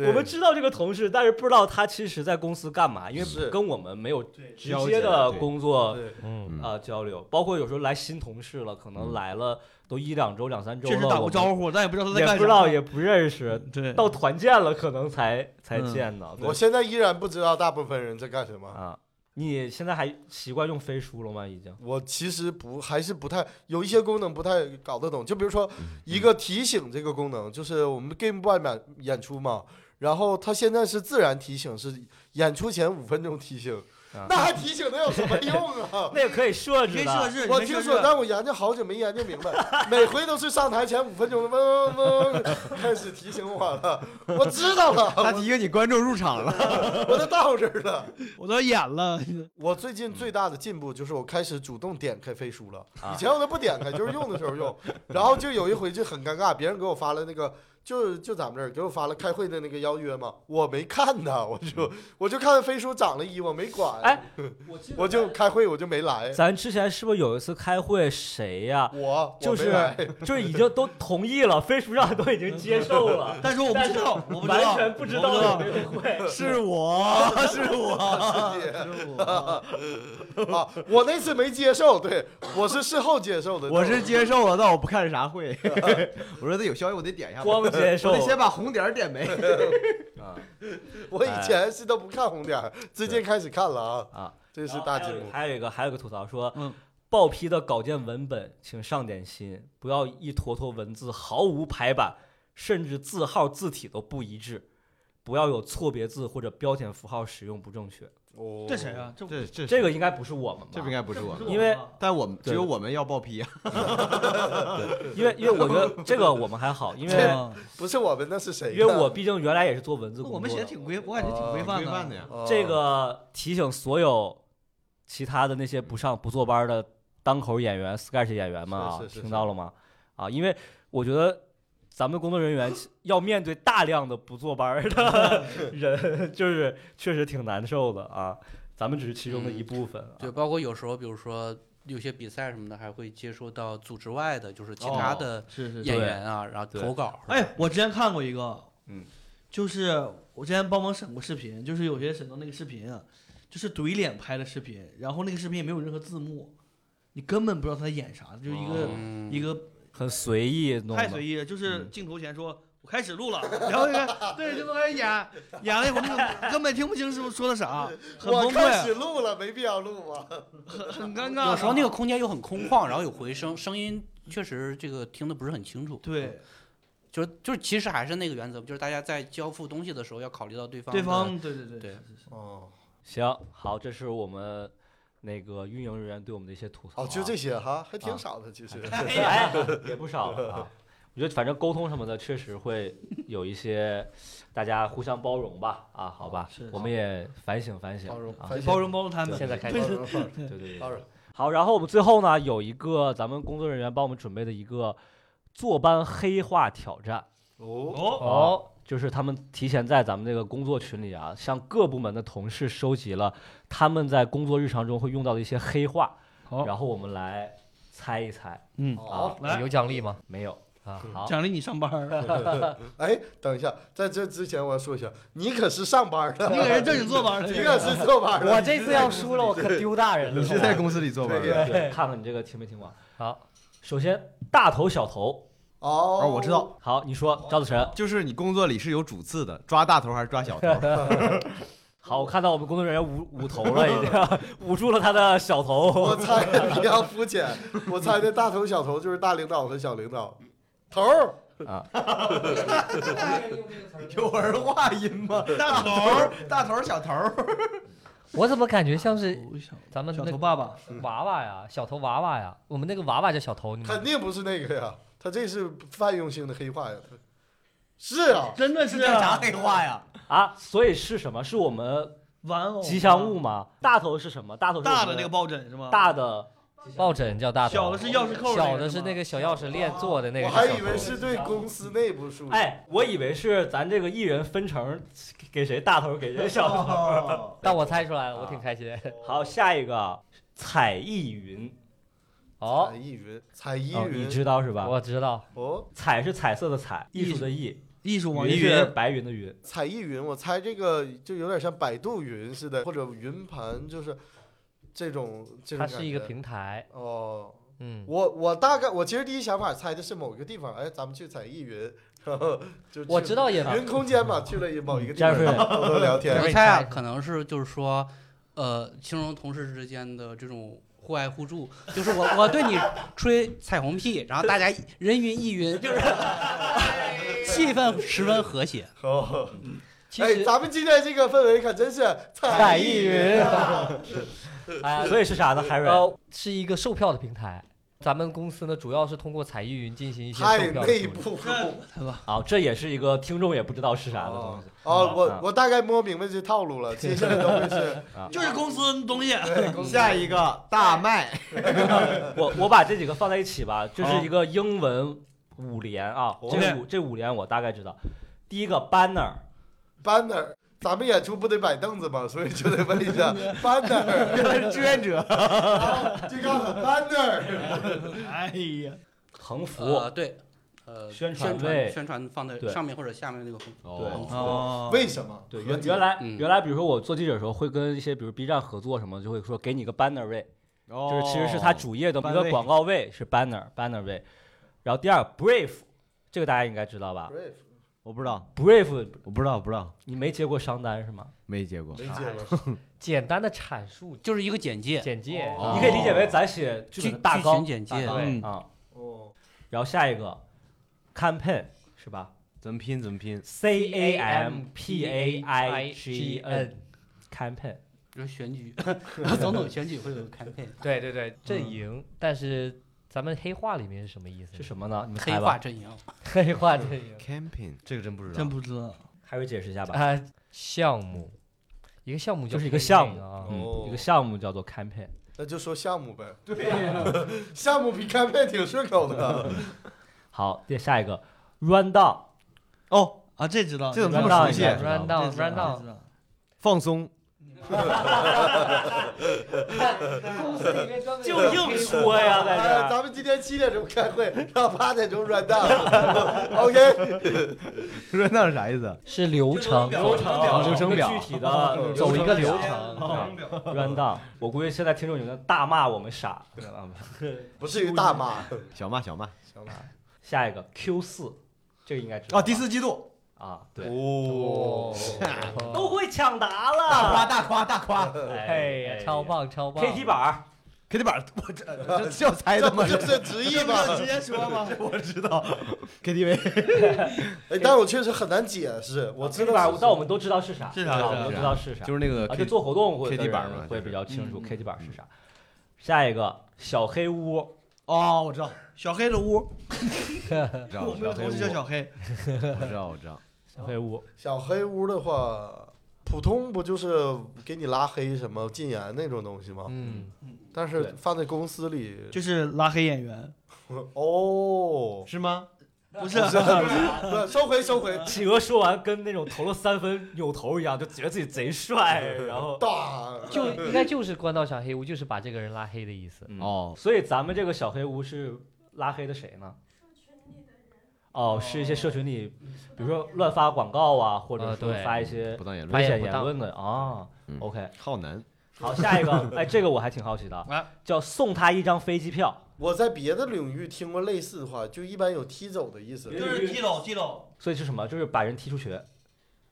Speaker 1: 我们知道这个同事，但是不知道他其实在公司干嘛，因为
Speaker 4: 是
Speaker 1: 跟我们没有直
Speaker 7: 了
Speaker 1: 接
Speaker 7: 解
Speaker 1: 的
Speaker 7: 对
Speaker 1: 工作呃
Speaker 4: 对
Speaker 5: 嗯
Speaker 7: 嗯
Speaker 1: 啊、交流，包括有时候来新同事了，可能
Speaker 7: 嗯
Speaker 1: 来了都一两周、两三周
Speaker 3: 确
Speaker 1: 了，
Speaker 3: 实打过
Speaker 1: 我们
Speaker 3: 招呼，但也不知道他在
Speaker 1: 也
Speaker 3: 干啥。
Speaker 1: 不知道也不认识，
Speaker 7: 嗯
Speaker 3: 对，
Speaker 1: 到团建了可能才才
Speaker 3: 嗯
Speaker 1: 见呢。对
Speaker 4: 我现在依然不知道大部分人在干什么。
Speaker 1: 啊，你现在还习惯用飞书了吗？已经
Speaker 4: 我其实不还是不太有一些功能不太搞得懂，就比如说一个提醒这个功能，就是我们 Game Boy 版演出嘛，然后它现在是自然提醒，是演出前五分钟提醒
Speaker 1: 啊，
Speaker 4: 那还提醒那有什么用 啊？
Speaker 1: 那也可以设
Speaker 3: 你可
Speaker 1: 置
Speaker 3: 以设
Speaker 1: 的。
Speaker 3: 置，
Speaker 4: 我
Speaker 3: 你可以
Speaker 4: 听
Speaker 3: 设
Speaker 4: 说，
Speaker 3: 置
Speaker 4: 但我研究好久没研究明白，每回都是上台前五分钟，嗡嗡嗡，开始提醒我了。我知道
Speaker 7: 他
Speaker 4: 了，
Speaker 7: 提醒你观众入场了，
Speaker 4: 我都到这儿了。
Speaker 3: 我都演了，
Speaker 4: 我最近最大的进步就是我开始主动点开飞书了，
Speaker 1: 嗯啊
Speaker 4: 以前我都不点开，就是用的时候 用。然后就有一回就很尴尬，别人给我发了那个，就就咱们这儿给我发了开会的那个邀约嘛，我没看呢，我就我就看飞书涨了一，我没管，
Speaker 1: 嗯哎我
Speaker 4: 我就开会我就没来，
Speaker 1: 咱之前是不是有一次开会，谁呀？
Speaker 4: 我
Speaker 1: 就
Speaker 4: 我
Speaker 1: 是
Speaker 4: 没来
Speaker 1: 就是已经都同意了，飞书上都已经接受了，
Speaker 3: 但是我不知道，我不知道，
Speaker 1: 完全不知
Speaker 3: 我
Speaker 1: 道有那个会。
Speaker 3: 是 我，是我，是我，
Speaker 4: 啊，我那次没接受，对我是事后接受的，
Speaker 7: 我是接受了，但我不看啥会。 我说他有消息我得点一下吧，
Speaker 1: 光接受
Speaker 7: 我得先把红点儿点没。
Speaker 1: 啊
Speaker 4: 我以前是都不看红点儿，最近开始看了啊，
Speaker 1: 哎啊！
Speaker 4: 这是
Speaker 1: 然后
Speaker 4: 大
Speaker 1: 还
Speaker 4: 进
Speaker 1: 有
Speaker 4: 步。
Speaker 1: 还有一个还有一个吐槽说，
Speaker 3: 嗯
Speaker 1: 报批的稿件文本请上点心，不要一坨坨文字毫无排版，甚至字号字体都不一致，不要有错别字或者标点符号使用不正确。
Speaker 4: 哦
Speaker 3: 这谁？啊？这
Speaker 7: 这这
Speaker 1: 这个应该不啊是我们吧？
Speaker 7: 这应该不是我们，
Speaker 1: 因为
Speaker 7: 但我们只有
Speaker 1: 对
Speaker 7: 我们要报批啊。
Speaker 1: 因为因为我觉得这个我们还好，因
Speaker 3: 因
Speaker 1: 为
Speaker 4: 不是我们，那是谁呢？
Speaker 1: 因为我毕竟原来也是做文字工作的，
Speaker 3: 我们写的挺规，我感觉挺规
Speaker 7: 啊规
Speaker 3: 范
Speaker 7: 范的呀
Speaker 4: 哦
Speaker 1: 这个提醒所有其他的那些不上不坐班的当口演员、sketch 演员们啊
Speaker 4: 是是，是
Speaker 1: 听到了吗？啊，因为我觉得咱们工作人员 要面对大量的不坐班的人， 就是确实挺难受的啊。咱们只是其中的
Speaker 4: 嗯
Speaker 1: 一部分、啊
Speaker 6: 对，包括有时候，比如说有些比赛什么的，还会接收到组织外的，就是其他的
Speaker 3: 是是
Speaker 6: 演员啊，然后
Speaker 1: 哦对
Speaker 6: 投稿。
Speaker 3: 哎，我之前看过一个，
Speaker 1: 嗯，
Speaker 3: 就是我之前帮忙审过视频，就是有些审到那个视频啊，就是怼脸拍的视频，然后那个视频也没有任何字幕，你根本不知道他在演啥，就一个、
Speaker 4: 哦
Speaker 6: 嗯，
Speaker 3: 一个
Speaker 1: 很随意弄嗯
Speaker 3: 太
Speaker 1: 的
Speaker 3: 随。意了，就是镜头前说。我开始录了， 然后那个对，就开始演，演了一会儿，那 个根本听不清是说的啥，很
Speaker 4: 我
Speaker 3: 崩
Speaker 4: 开始
Speaker 3: 溃，
Speaker 4: 录了，没必要录啊。
Speaker 3: 很很尴尬。
Speaker 6: 有时候那个空间又很空旷，然后有回声，声音确实这个听的不是很清楚。嗯
Speaker 3: 对
Speaker 6: 就是就是，其实还是那个原则，就是大家在交付东西的时候要考虑到对方
Speaker 3: 对
Speaker 6: 对
Speaker 3: 方，对对对
Speaker 6: 对
Speaker 4: 哦，
Speaker 1: 行，好，这是我们那个运营人员对我们的一些吐槽、
Speaker 4: 哦，就这，些哈，还挺
Speaker 1: 啊
Speaker 4: 少的，其实。
Speaker 1: 哎，也不少了啊。 我觉得反正沟通什么的，确实会有一些大家互相包容吧，啊，好吧
Speaker 3: 是，
Speaker 1: 我们也反省反省
Speaker 4: 包容
Speaker 1: 啊
Speaker 4: 反，省
Speaker 3: 包容包容他们。
Speaker 1: 现在开始
Speaker 4: 包容包容
Speaker 1: 对对对
Speaker 4: 包容
Speaker 1: 对。好，然后我们最后呢，有一个咱们工作人员帮我们准备的一个坐班黑化挑战
Speaker 4: 哦，
Speaker 3: 哦，
Speaker 1: 哦，就是他们提前在咱们这个工作群里啊，向各部门的同事收集了他们在工作日常中会用到的一些黑话，
Speaker 3: 好
Speaker 1: 然后我们来猜一猜
Speaker 3: 嗯，
Speaker 1: 啊
Speaker 4: 好，，
Speaker 3: 来
Speaker 5: 有奖励吗？
Speaker 1: 没有啊，好。
Speaker 3: 奖励你上班儿，
Speaker 4: 哎，等一下，在这之前我要说一下，你可是上班的，
Speaker 3: 你可是正经坐班儿的，
Speaker 4: 你可是坐班 的。哦
Speaker 5: 我这次要输了，我可丢大人
Speaker 7: 你是在公司里做班
Speaker 4: 对
Speaker 7: 的？
Speaker 1: 对，看看你这个听没听过。
Speaker 5: 哎好，
Speaker 1: 首先大头小头，
Speaker 4: 哦
Speaker 7: 哦，，我知道，
Speaker 1: 好，你说赵子 晨，
Speaker 7: 就是你工作里是有主次的，抓大头还是抓小头？
Speaker 1: 好，我看到我们工作人员捂捂头了，已经捂住了他的小头
Speaker 4: 我。猜的比较肤浅，我猜的大头小头就是大领导和小领导，头儿
Speaker 7: 有儿化音 吗？大头儿，大头儿，小头儿。
Speaker 5: 我怎么感觉像是
Speaker 3: 小
Speaker 5: 咱们
Speaker 3: 小
Speaker 5: 那
Speaker 3: 头爸爸，
Speaker 5: 娃娃呀，小头娃娃呀？我们那个娃娃叫小头，你
Speaker 4: 肯
Speaker 5: 们
Speaker 4: 定不是那个呀，他这是泛用性的黑化呀，是啊，
Speaker 3: 真的是
Speaker 7: 叫啥黑话呀？
Speaker 1: 啊，所以是什么？是我们
Speaker 3: 玩偶
Speaker 1: 吉祥物吗？大头是什么？大头是
Speaker 3: 大
Speaker 1: 我们
Speaker 3: 的那个抱枕是吗？
Speaker 1: 大的
Speaker 5: 抱枕叫大头，
Speaker 3: 小的是钥匙扣，
Speaker 5: 小的是那
Speaker 3: 个
Speaker 5: 个小钥匙链做的那个
Speaker 4: 我
Speaker 5: 是小头。
Speaker 4: 还以为是对公司内部数据。
Speaker 1: 哎，我以为是咱这个一人分成给谁大头给谁小头。
Speaker 3: 头，
Speaker 5: 但我猜出来了，我挺开心。
Speaker 1: 好，下一个彩意云，
Speaker 5: 哦
Speaker 4: 彩，衣云，彩衣
Speaker 1: 哦你
Speaker 4: 云，
Speaker 1: 知道是吧？
Speaker 5: 我知道，
Speaker 4: 哦，
Speaker 1: 彩是彩色的彩，艺术的艺，
Speaker 3: 艺术网
Speaker 1: 云
Speaker 3: 易
Speaker 1: 是
Speaker 3: 云，
Speaker 1: 白云的云。
Speaker 4: 彩翼云，我猜这个就有点像百度云似的，或者云盘，就是这种这种
Speaker 5: 它
Speaker 4: 感
Speaker 5: 是一个
Speaker 4: 觉
Speaker 5: 平台，
Speaker 4: 哦，
Speaker 5: 嗯，
Speaker 4: 我我大概我其实第一想法猜的是某个地方，哎，咱们去采艺云，然后就去
Speaker 5: 我知道也
Speaker 4: 云空间嘛，去了一某一
Speaker 5: 嗯
Speaker 4: 个地
Speaker 1: 詹
Speaker 4: 方
Speaker 1: 瑞
Speaker 4: 偷偷聊天
Speaker 5: 对。
Speaker 6: 我
Speaker 5: 猜啊
Speaker 6: 可能是就是说，呃，形容同事之间的这种互爱互助，就是我我对你吹彩虹屁，然后大家人云亦云，就是 气氛十分和谐。
Speaker 4: 哦，
Speaker 5: 其
Speaker 4: 哎，
Speaker 5: 实
Speaker 4: 咱们今天这个氛围可真是
Speaker 1: 百
Speaker 4: 彩
Speaker 1: 亿
Speaker 4: 艺
Speaker 1: 云
Speaker 4: 云，，
Speaker 5: 哎
Speaker 1: 所以是啥呢？海瑞，
Speaker 5: 呃，是一个售票的平台。咱们公司呢，主要是通过彩艺云进行一些
Speaker 4: 太
Speaker 5: 售票的
Speaker 4: 内
Speaker 5: 处理。
Speaker 4: 部了。
Speaker 1: 啊，这也是一个听众也不知道是啥的东
Speaker 4: 哦
Speaker 1: 西。，
Speaker 4: 哦
Speaker 1: 啊
Speaker 4: 我我大概摸明白这套路了，接下来都会是
Speaker 3: 就是公司东西，
Speaker 7: 下一个大 麦，
Speaker 1: 我我把这几个放在一起吧，这是一个英文五连啊，
Speaker 4: 哦
Speaker 1: 这五这五连我大概知道。第一个 banner，
Speaker 4: banner。咱们演出不得摆凳子吗？所以就得问一下 banner，
Speaker 7: 志愿者，
Speaker 4: 就告诉 banner。
Speaker 3: 哎呀，
Speaker 1: 横幅
Speaker 6: 呃，，对，呃，
Speaker 1: 宣
Speaker 6: 宣
Speaker 1: 传位
Speaker 6: 传宣传放在
Speaker 1: 对
Speaker 6: 上面或者下面那个横
Speaker 1: 对
Speaker 6: 横幅。
Speaker 7: 哦，
Speaker 4: 为什么？
Speaker 1: 对，
Speaker 4: 和
Speaker 1: 原
Speaker 4: 解
Speaker 1: 原来
Speaker 6: 嗯
Speaker 1: 原来，比如说我做记者的时候，会跟一些比如 B 站合作什么，就会说给你一个 banner 位，
Speaker 2: 哦
Speaker 1: 就是其实是它主页的一
Speaker 7: 班
Speaker 1: 个
Speaker 7: 位
Speaker 1: 广告位是 banner banner 位。然后第二 brave，这个大家应该知道吧
Speaker 4: Brave，
Speaker 7: 我不知道，
Speaker 1: ？brave，
Speaker 7: 我不知道，我不知道，
Speaker 1: 你没接过商单是吗？
Speaker 7: 没接过
Speaker 4: 没接过。
Speaker 5: 简单的阐述
Speaker 6: 就是一个简介，
Speaker 5: 简介，啊
Speaker 4: 哦
Speaker 1: 你可以理解为咱写剧
Speaker 6: 剧
Speaker 1: 本的大
Speaker 6: 剧
Speaker 1: 纲
Speaker 6: 情简
Speaker 1: 大
Speaker 6: 介
Speaker 1: 纲
Speaker 7: 嗯
Speaker 1: 啊。
Speaker 4: 哦，
Speaker 1: 然后下一个 campaign 是吧？
Speaker 7: 怎么拼怎么拼？
Speaker 1: C A M P A I G N campaign
Speaker 6: 比如选举， 总统选举会有 campaign，
Speaker 5: 对对对，阵营。嗯但是咱们黑话里面是什么意思呢？
Speaker 1: 是什么呢？你们
Speaker 6: 黑
Speaker 1: 猜
Speaker 6: 化
Speaker 1: 吧。
Speaker 6: 阵营。啊
Speaker 5: 黑话阵营
Speaker 7: Camping 这个真不知
Speaker 3: 真不知道。
Speaker 1: 还是解释一下吧。
Speaker 5: 啊，项目，一个项目
Speaker 1: 就是
Speaker 5: 叫
Speaker 1: 一个
Speaker 5: campaign
Speaker 1: 项目
Speaker 5: 啊。
Speaker 1: 嗯
Speaker 4: 哦，
Speaker 1: 一个项目叫做 campaign。
Speaker 4: 那就说项目呗。对呀，项目比开片挺顺 口的。
Speaker 1: 好，接下一个 run down
Speaker 3: 哦啊，这知道，
Speaker 7: 这怎么
Speaker 1: 这么熟悉啊
Speaker 5: run
Speaker 3: 这
Speaker 5: down
Speaker 3: 知道
Speaker 5: run down，
Speaker 3: 这知道
Speaker 7: 放松，
Speaker 1: 就硬说呀，在
Speaker 4: 哎呀，
Speaker 1: 这儿。
Speaker 4: 咱们今天七点钟开会，然后八点钟软蛋。OK，
Speaker 7: 说那是啥意思？
Speaker 5: 是流程，
Speaker 1: 流程
Speaker 7: 哦流程表
Speaker 1: 具体的
Speaker 5: 走一个流
Speaker 1: 流
Speaker 5: 程。
Speaker 1: 程 run down。我估计现在听众已经大骂我们傻。
Speaker 4: 不至于 大骂。
Speaker 7: 小骂小骂
Speaker 1: 下一个 Q 四，这个应该知道
Speaker 3: 哦
Speaker 7: 啊！
Speaker 1: 吧
Speaker 7: 第四季度
Speaker 1: 啊，对，
Speaker 4: 哦，
Speaker 1: 都 会抢答
Speaker 7: 大夸
Speaker 1: 了。
Speaker 7: 大夸大夸
Speaker 5: 哎呀，超！棒超棒
Speaker 1: KT 板儿，
Speaker 7: ，K T 板，我这这这
Speaker 1: 哎
Speaker 7: 猜
Speaker 4: 这
Speaker 7: 的
Speaker 4: 不
Speaker 7: 吗？
Speaker 4: 就是直译 吗？
Speaker 3: 直接说吧，
Speaker 7: 我知道 K T V
Speaker 4: 哎，但我确实很难解释。我知
Speaker 1: KT 板
Speaker 4: 道
Speaker 1: 儿，但我们都知道是啥，
Speaker 3: 是啥
Speaker 1: 啊
Speaker 3: 是啥
Speaker 1: 我们都知道是啥。
Speaker 7: 就是那个
Speaker 1: 啊，就做活动会
Speaker 7: KT
Speaker 1: 的人
Speaker 7: 板儿嘛
Speaker 1: 会
Speaker 7: 就是
Speaker 1: 比较清楚
Speaker 3: 嗯
Speaker 1: KT 板儿是啥。下一个小黑屋，
Speaker 7: 哦，我知道，
Speaker 3: 小黑的屋，
Speaker 7: 我知道，
Speaker 3: 我
Speaker 7: 我
Speaker 3: 们
Speaker 7: 知
Speaker 3: 有
Speaker 7: 道，
Speaker 3: 同事叫小黑，
Speaker 7: 我知道，我知道，
Speaker 1: 小黑屋
Speaker 4: 小黑屋的话，普通不就是给你拉黑什么禁言那种东西吗？
Speaker 5: 嗯，
Speaker 4: 但
Speaker 1: 对
Speaker 4: 是放在公司里，
Speaker 3: 就是拉黑演员，
Speaker 4: 哦，
Speaker 7: 是吗？
Speaker 3: 不是
Speaker 4: 不收回收回，
Speaker 1: 企鹅说完跟那种投了三分扭头一样，就觉得自己贼帅，哎
Speaker 4: 嗯
Speaker 1: 然后
Speaker 4: 大
Speaker 5: 就应该就是关到小黑屋，就是把这个人拉黑的意思。
Speaker 1: 嗯
Speaker 7: 哦，
Speaker 1: 所以咱们这个小黑屋是拉黑的谁呢？哦，是一些社群里，比如说乱发广告啊，或者
Speaker 5: 呃
Speaker 1: 说
Speaker 5: 对
Speaker 1: 发一些
Speaker 7: 不当言
Speaker 5: 发
Speaker 1: 危
Speaker 7: 论，
Speaker 5: 言
Speaker 1: 险
Speaker 5: 不
Speaker 1: 言
Speaker 5: 当
Speaker 1: 论的啊
Speaker 7: 嗯。
Speaker 1: OK，
Speaker 7: 浩南
Speaker 1: 好，下一个，哎，这个我还挺好奇的
Speaker 3: 啊，
Speaker 1: 叫送他一张飞机票。
Speaker 4: 我在别的领域听过类似的话，就一般有踢走的意思。
Speaker 1: 就是
Speaker 3: 踢走踢走，
Speaker 1: 所以是什么？就是把人踢出学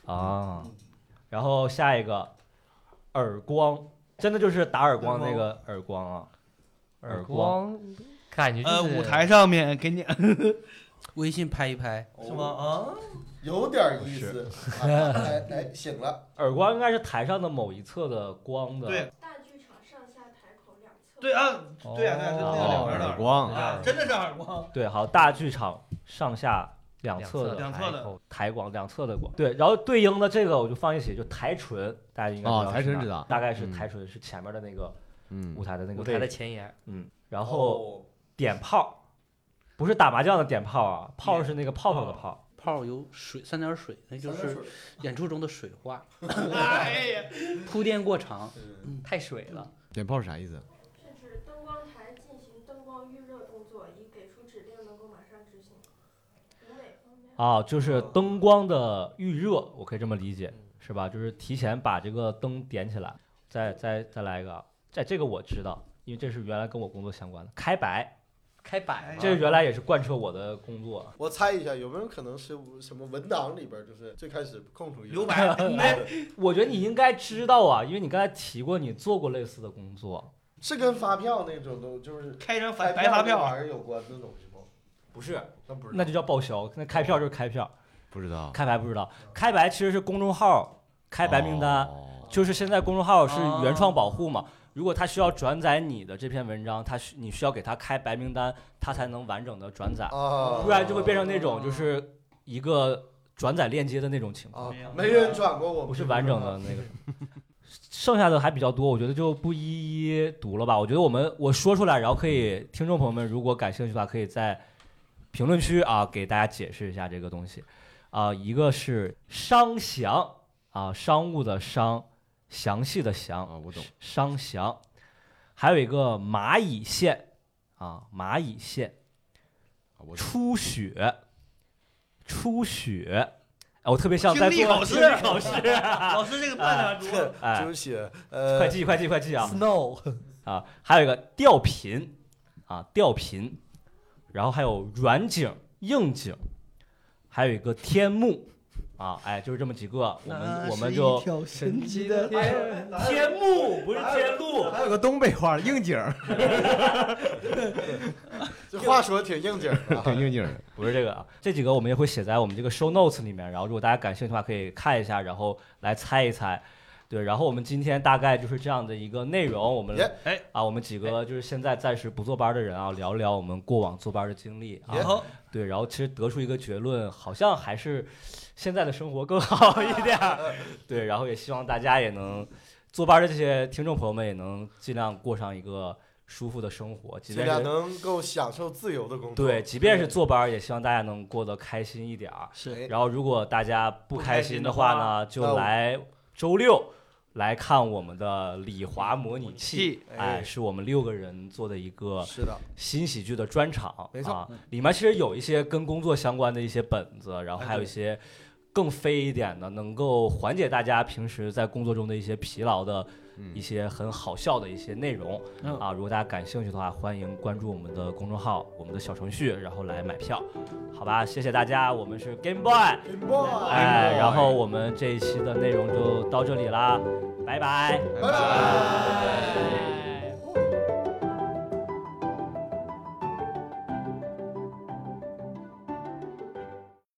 Speaker 1: 啊。然后下一个耳光，真的就是打耳光那个耳光啊。耳光
Speaker 5: 光，感觉
Speaker 3: 呃，
Speaker 5: 就是
Speaker 3: 舞台上面给你
Speaker 6: 微信拍一拍，
Speaker 4: 哦
Speaker 3: 什么啊？
Speaker 4: 有点意思。啊哎哎，醒了，
Speaker 1: 耳光应该是台上的某一侧的光的。
Speaker 3: 对
Speaker 8: 大剧场上下台口两侧。
Speaker 3: 对啊，对啊，对啊，对啊
Speaker 1: 哦
Speaker 3: 对啊 两边的
Speaker 7: 耳光
Speaker 5: 哦
Speaker 3: 啊，真的是耳光，
Speaker 1: 对好，大剧场上下两侧的
Speaker 3: 两侧的
Speaker 5: 海口
Speaker 1: 台光，两侧的光。对，然后对应的这个我就放一起，就台唇，大家应该
Speaker 7: 哦
Speaker 1: 是
Speaker 7: 台唇
Speaker 1: 哪
Speaker 7: 知道
Speaker 1: 大概是
Speaker 7: 嗯
Speaker 1: 台唇是前面的那个
Speaker 7: 嗯
Speaker 1: 舞，台的那个
Speaker 5: 舞台的
Speaker 1: 位置
Speaker 5: 前沿，
Speaker 1: 嗯， 然后
Speaker 4: 哦
Speaker 1: 点炮，不是打麻将的点炮啊，炮是那个泡泡的泡。
Speaker 6: 泡儿有水三点水，那就是演出中的水花，
Speaker 3: 哎呀，
Speaker 6: 铺垫过长。
Speaker 4: 嗯
Speaker 5: 太水了。
Speaker 7: 点炮是啥意思？
Speaker 8: 是指灯光台进行灯光预热动作，以给出指令能够马上执行。以哪方面？
Speaker 1: 啊，就是灯光的预热，我可以这么理解，是吧？就是提前把这个灯点起来，再再再来一个啊，这这个我知道，因为这是原来跟我工作相关的。开白，
Speaker 5: 开摆嘛。
Speaker 1: 这个原来也是贯彻我的工作。
Speaker 4: 我猜一下，有没有可能是什么文档里边儿就是最开始空出一个
Speaker 3: 留白
Speaker 1: 我觉得你应该知道啊，因为你刚才提过你做过类似的工作，
Speaker 4: 是跟发票那种东，就是
Speaker 3: 开一张
Speaker 4: 发
Speaker 3: 白白发
Speaker 4: 那
Speaker 3: 票，
Speaker 4: 玩意儿有关的东西吗？
Speaker 1: 不啊是？
Speaker 4: 那不是，
Speaker 1: 那就叫报销。那开票就是开票，
Speaker 2: 不知道
Speaker 1: 开白不知道。开白其实是公众号开白名单，
Speaker 7: 哦
Speaker 4: 哦
Speaker 1: 就是现在公众号是原创保护嘛。如果他需要转载你的这篇文章，他需你需要给他开白名单，他才能完整的转载，
Speaker 4: 啊，
Speaker 1: 不然就会变成那种就是一个转载链接的那种情况。
Speaker 4: 啊，没人转过我们，
Speaker 1: 不是完整 的那个什么，剩下的还比较多，我觉得就不一一读了吧。我觉得我们我说出来，然后可以听众朋友们如果感兴趣的话，可以在评论区啊给大家解释一下这个东西啊。一个是商详啊，商务的商，详细的详
Speaker 7: 哦
Speaker 2: 啊，我懂。
Speaker 1: 商详，还有一个蚂蚁线啊，蚂蚁线。
Speaker 2: 啊 我懂
Speaker 1: 初雪，初雪，哎，我特别像在
Speaker 3: 听力
Speaker 1: 做
Speaker 3: 考试
Speaker 1: 听力考试，
Speaker 3: 老师这个半啊点多，
Speaker 1: 哎，
Speaker 4: 就是写
Speaker 1: 快
Speaker 4: 呃，
Speaker 1: 记快记快记啊
Speaker 5: Snow
Speaker 1: 啊！还有一个吊频啊，吊频，然后还有软景、硬景，还有一个天幕啊，哎，就是这么几个，我们我们就哎
Speaker 3: 条神奇
Speaker 5: 的
Speaker 3: 天，
Speaker 1: 天幕不是天路，
Speaker 2: 还有个东北话，应 景儿，
Speaker 4: 这话说挺应景 的
Speaker 2: 挺
Speaker 4: 啊，
Speaker 2: 应景儿的。
Speaker 1: 不是这个啊，这几个我们也会写在我们这个 show notes 里面，然后如果大家感兴趣的话，可以看一下，然后来猜一猜。对，然后我们今天大概就是这样的一个内容，我们
Speaker 4: 耶
Speaker 3: 哎
Speaker 1: 啊，我们几个就是现在暂时不坐班的人啊，聊聊我们过往坐班的经历啊
Speaker 4: 耶，
Speaker 3: 好，
Speaker 1: 对，然后其实得出一个结论，好像还是现在的生活更好一点 儿。对，然后也希望大家也能坐班的这些听众朋友们也能尽量过上一个舒服的生活，即
Speaker 4: 尽
Speaker 1: 便
Speaker 4: 量
Speaker 1: 是
Speaker 4: 能够享受自由的工作。
Speaker 1: 对，即便是坐班儿，也希望大家能过得开心一点儿。
Speaker 4: 哎
Speaker 3: 是
Speaker 1: 然后如果大家不开心的话呢，
Speaker 4: 那
Speaker 1: 就
Speaker 4: 我
Speaker 1: 来周六来看我们的李华模拟器，哎，
Speaker 4: 哎
Speaker 1: 是我们六个人做的一个
Speaker 4: 是的，
Speaker 1: 新喜剧的专场，
Speaker 4: 没错
Speaker 1: 啊，里面其实有一些跟工作相关的一些本子，然后还有一些更飞一点的，能够缓解大家平时在工作中的一些疲劳的一些很好笑的一些内容
Speaker 3: 嗯
Speaker 1: 啊。如果大家感兴趣的话，欢迎关注我们的公众号、我们的小程序，然后来买票，好吧？谢谢大家，我们是 Game Boy，哎，然后我们这一期的内容就到这里啦，拜拜。
Speaker 4: 拜拜。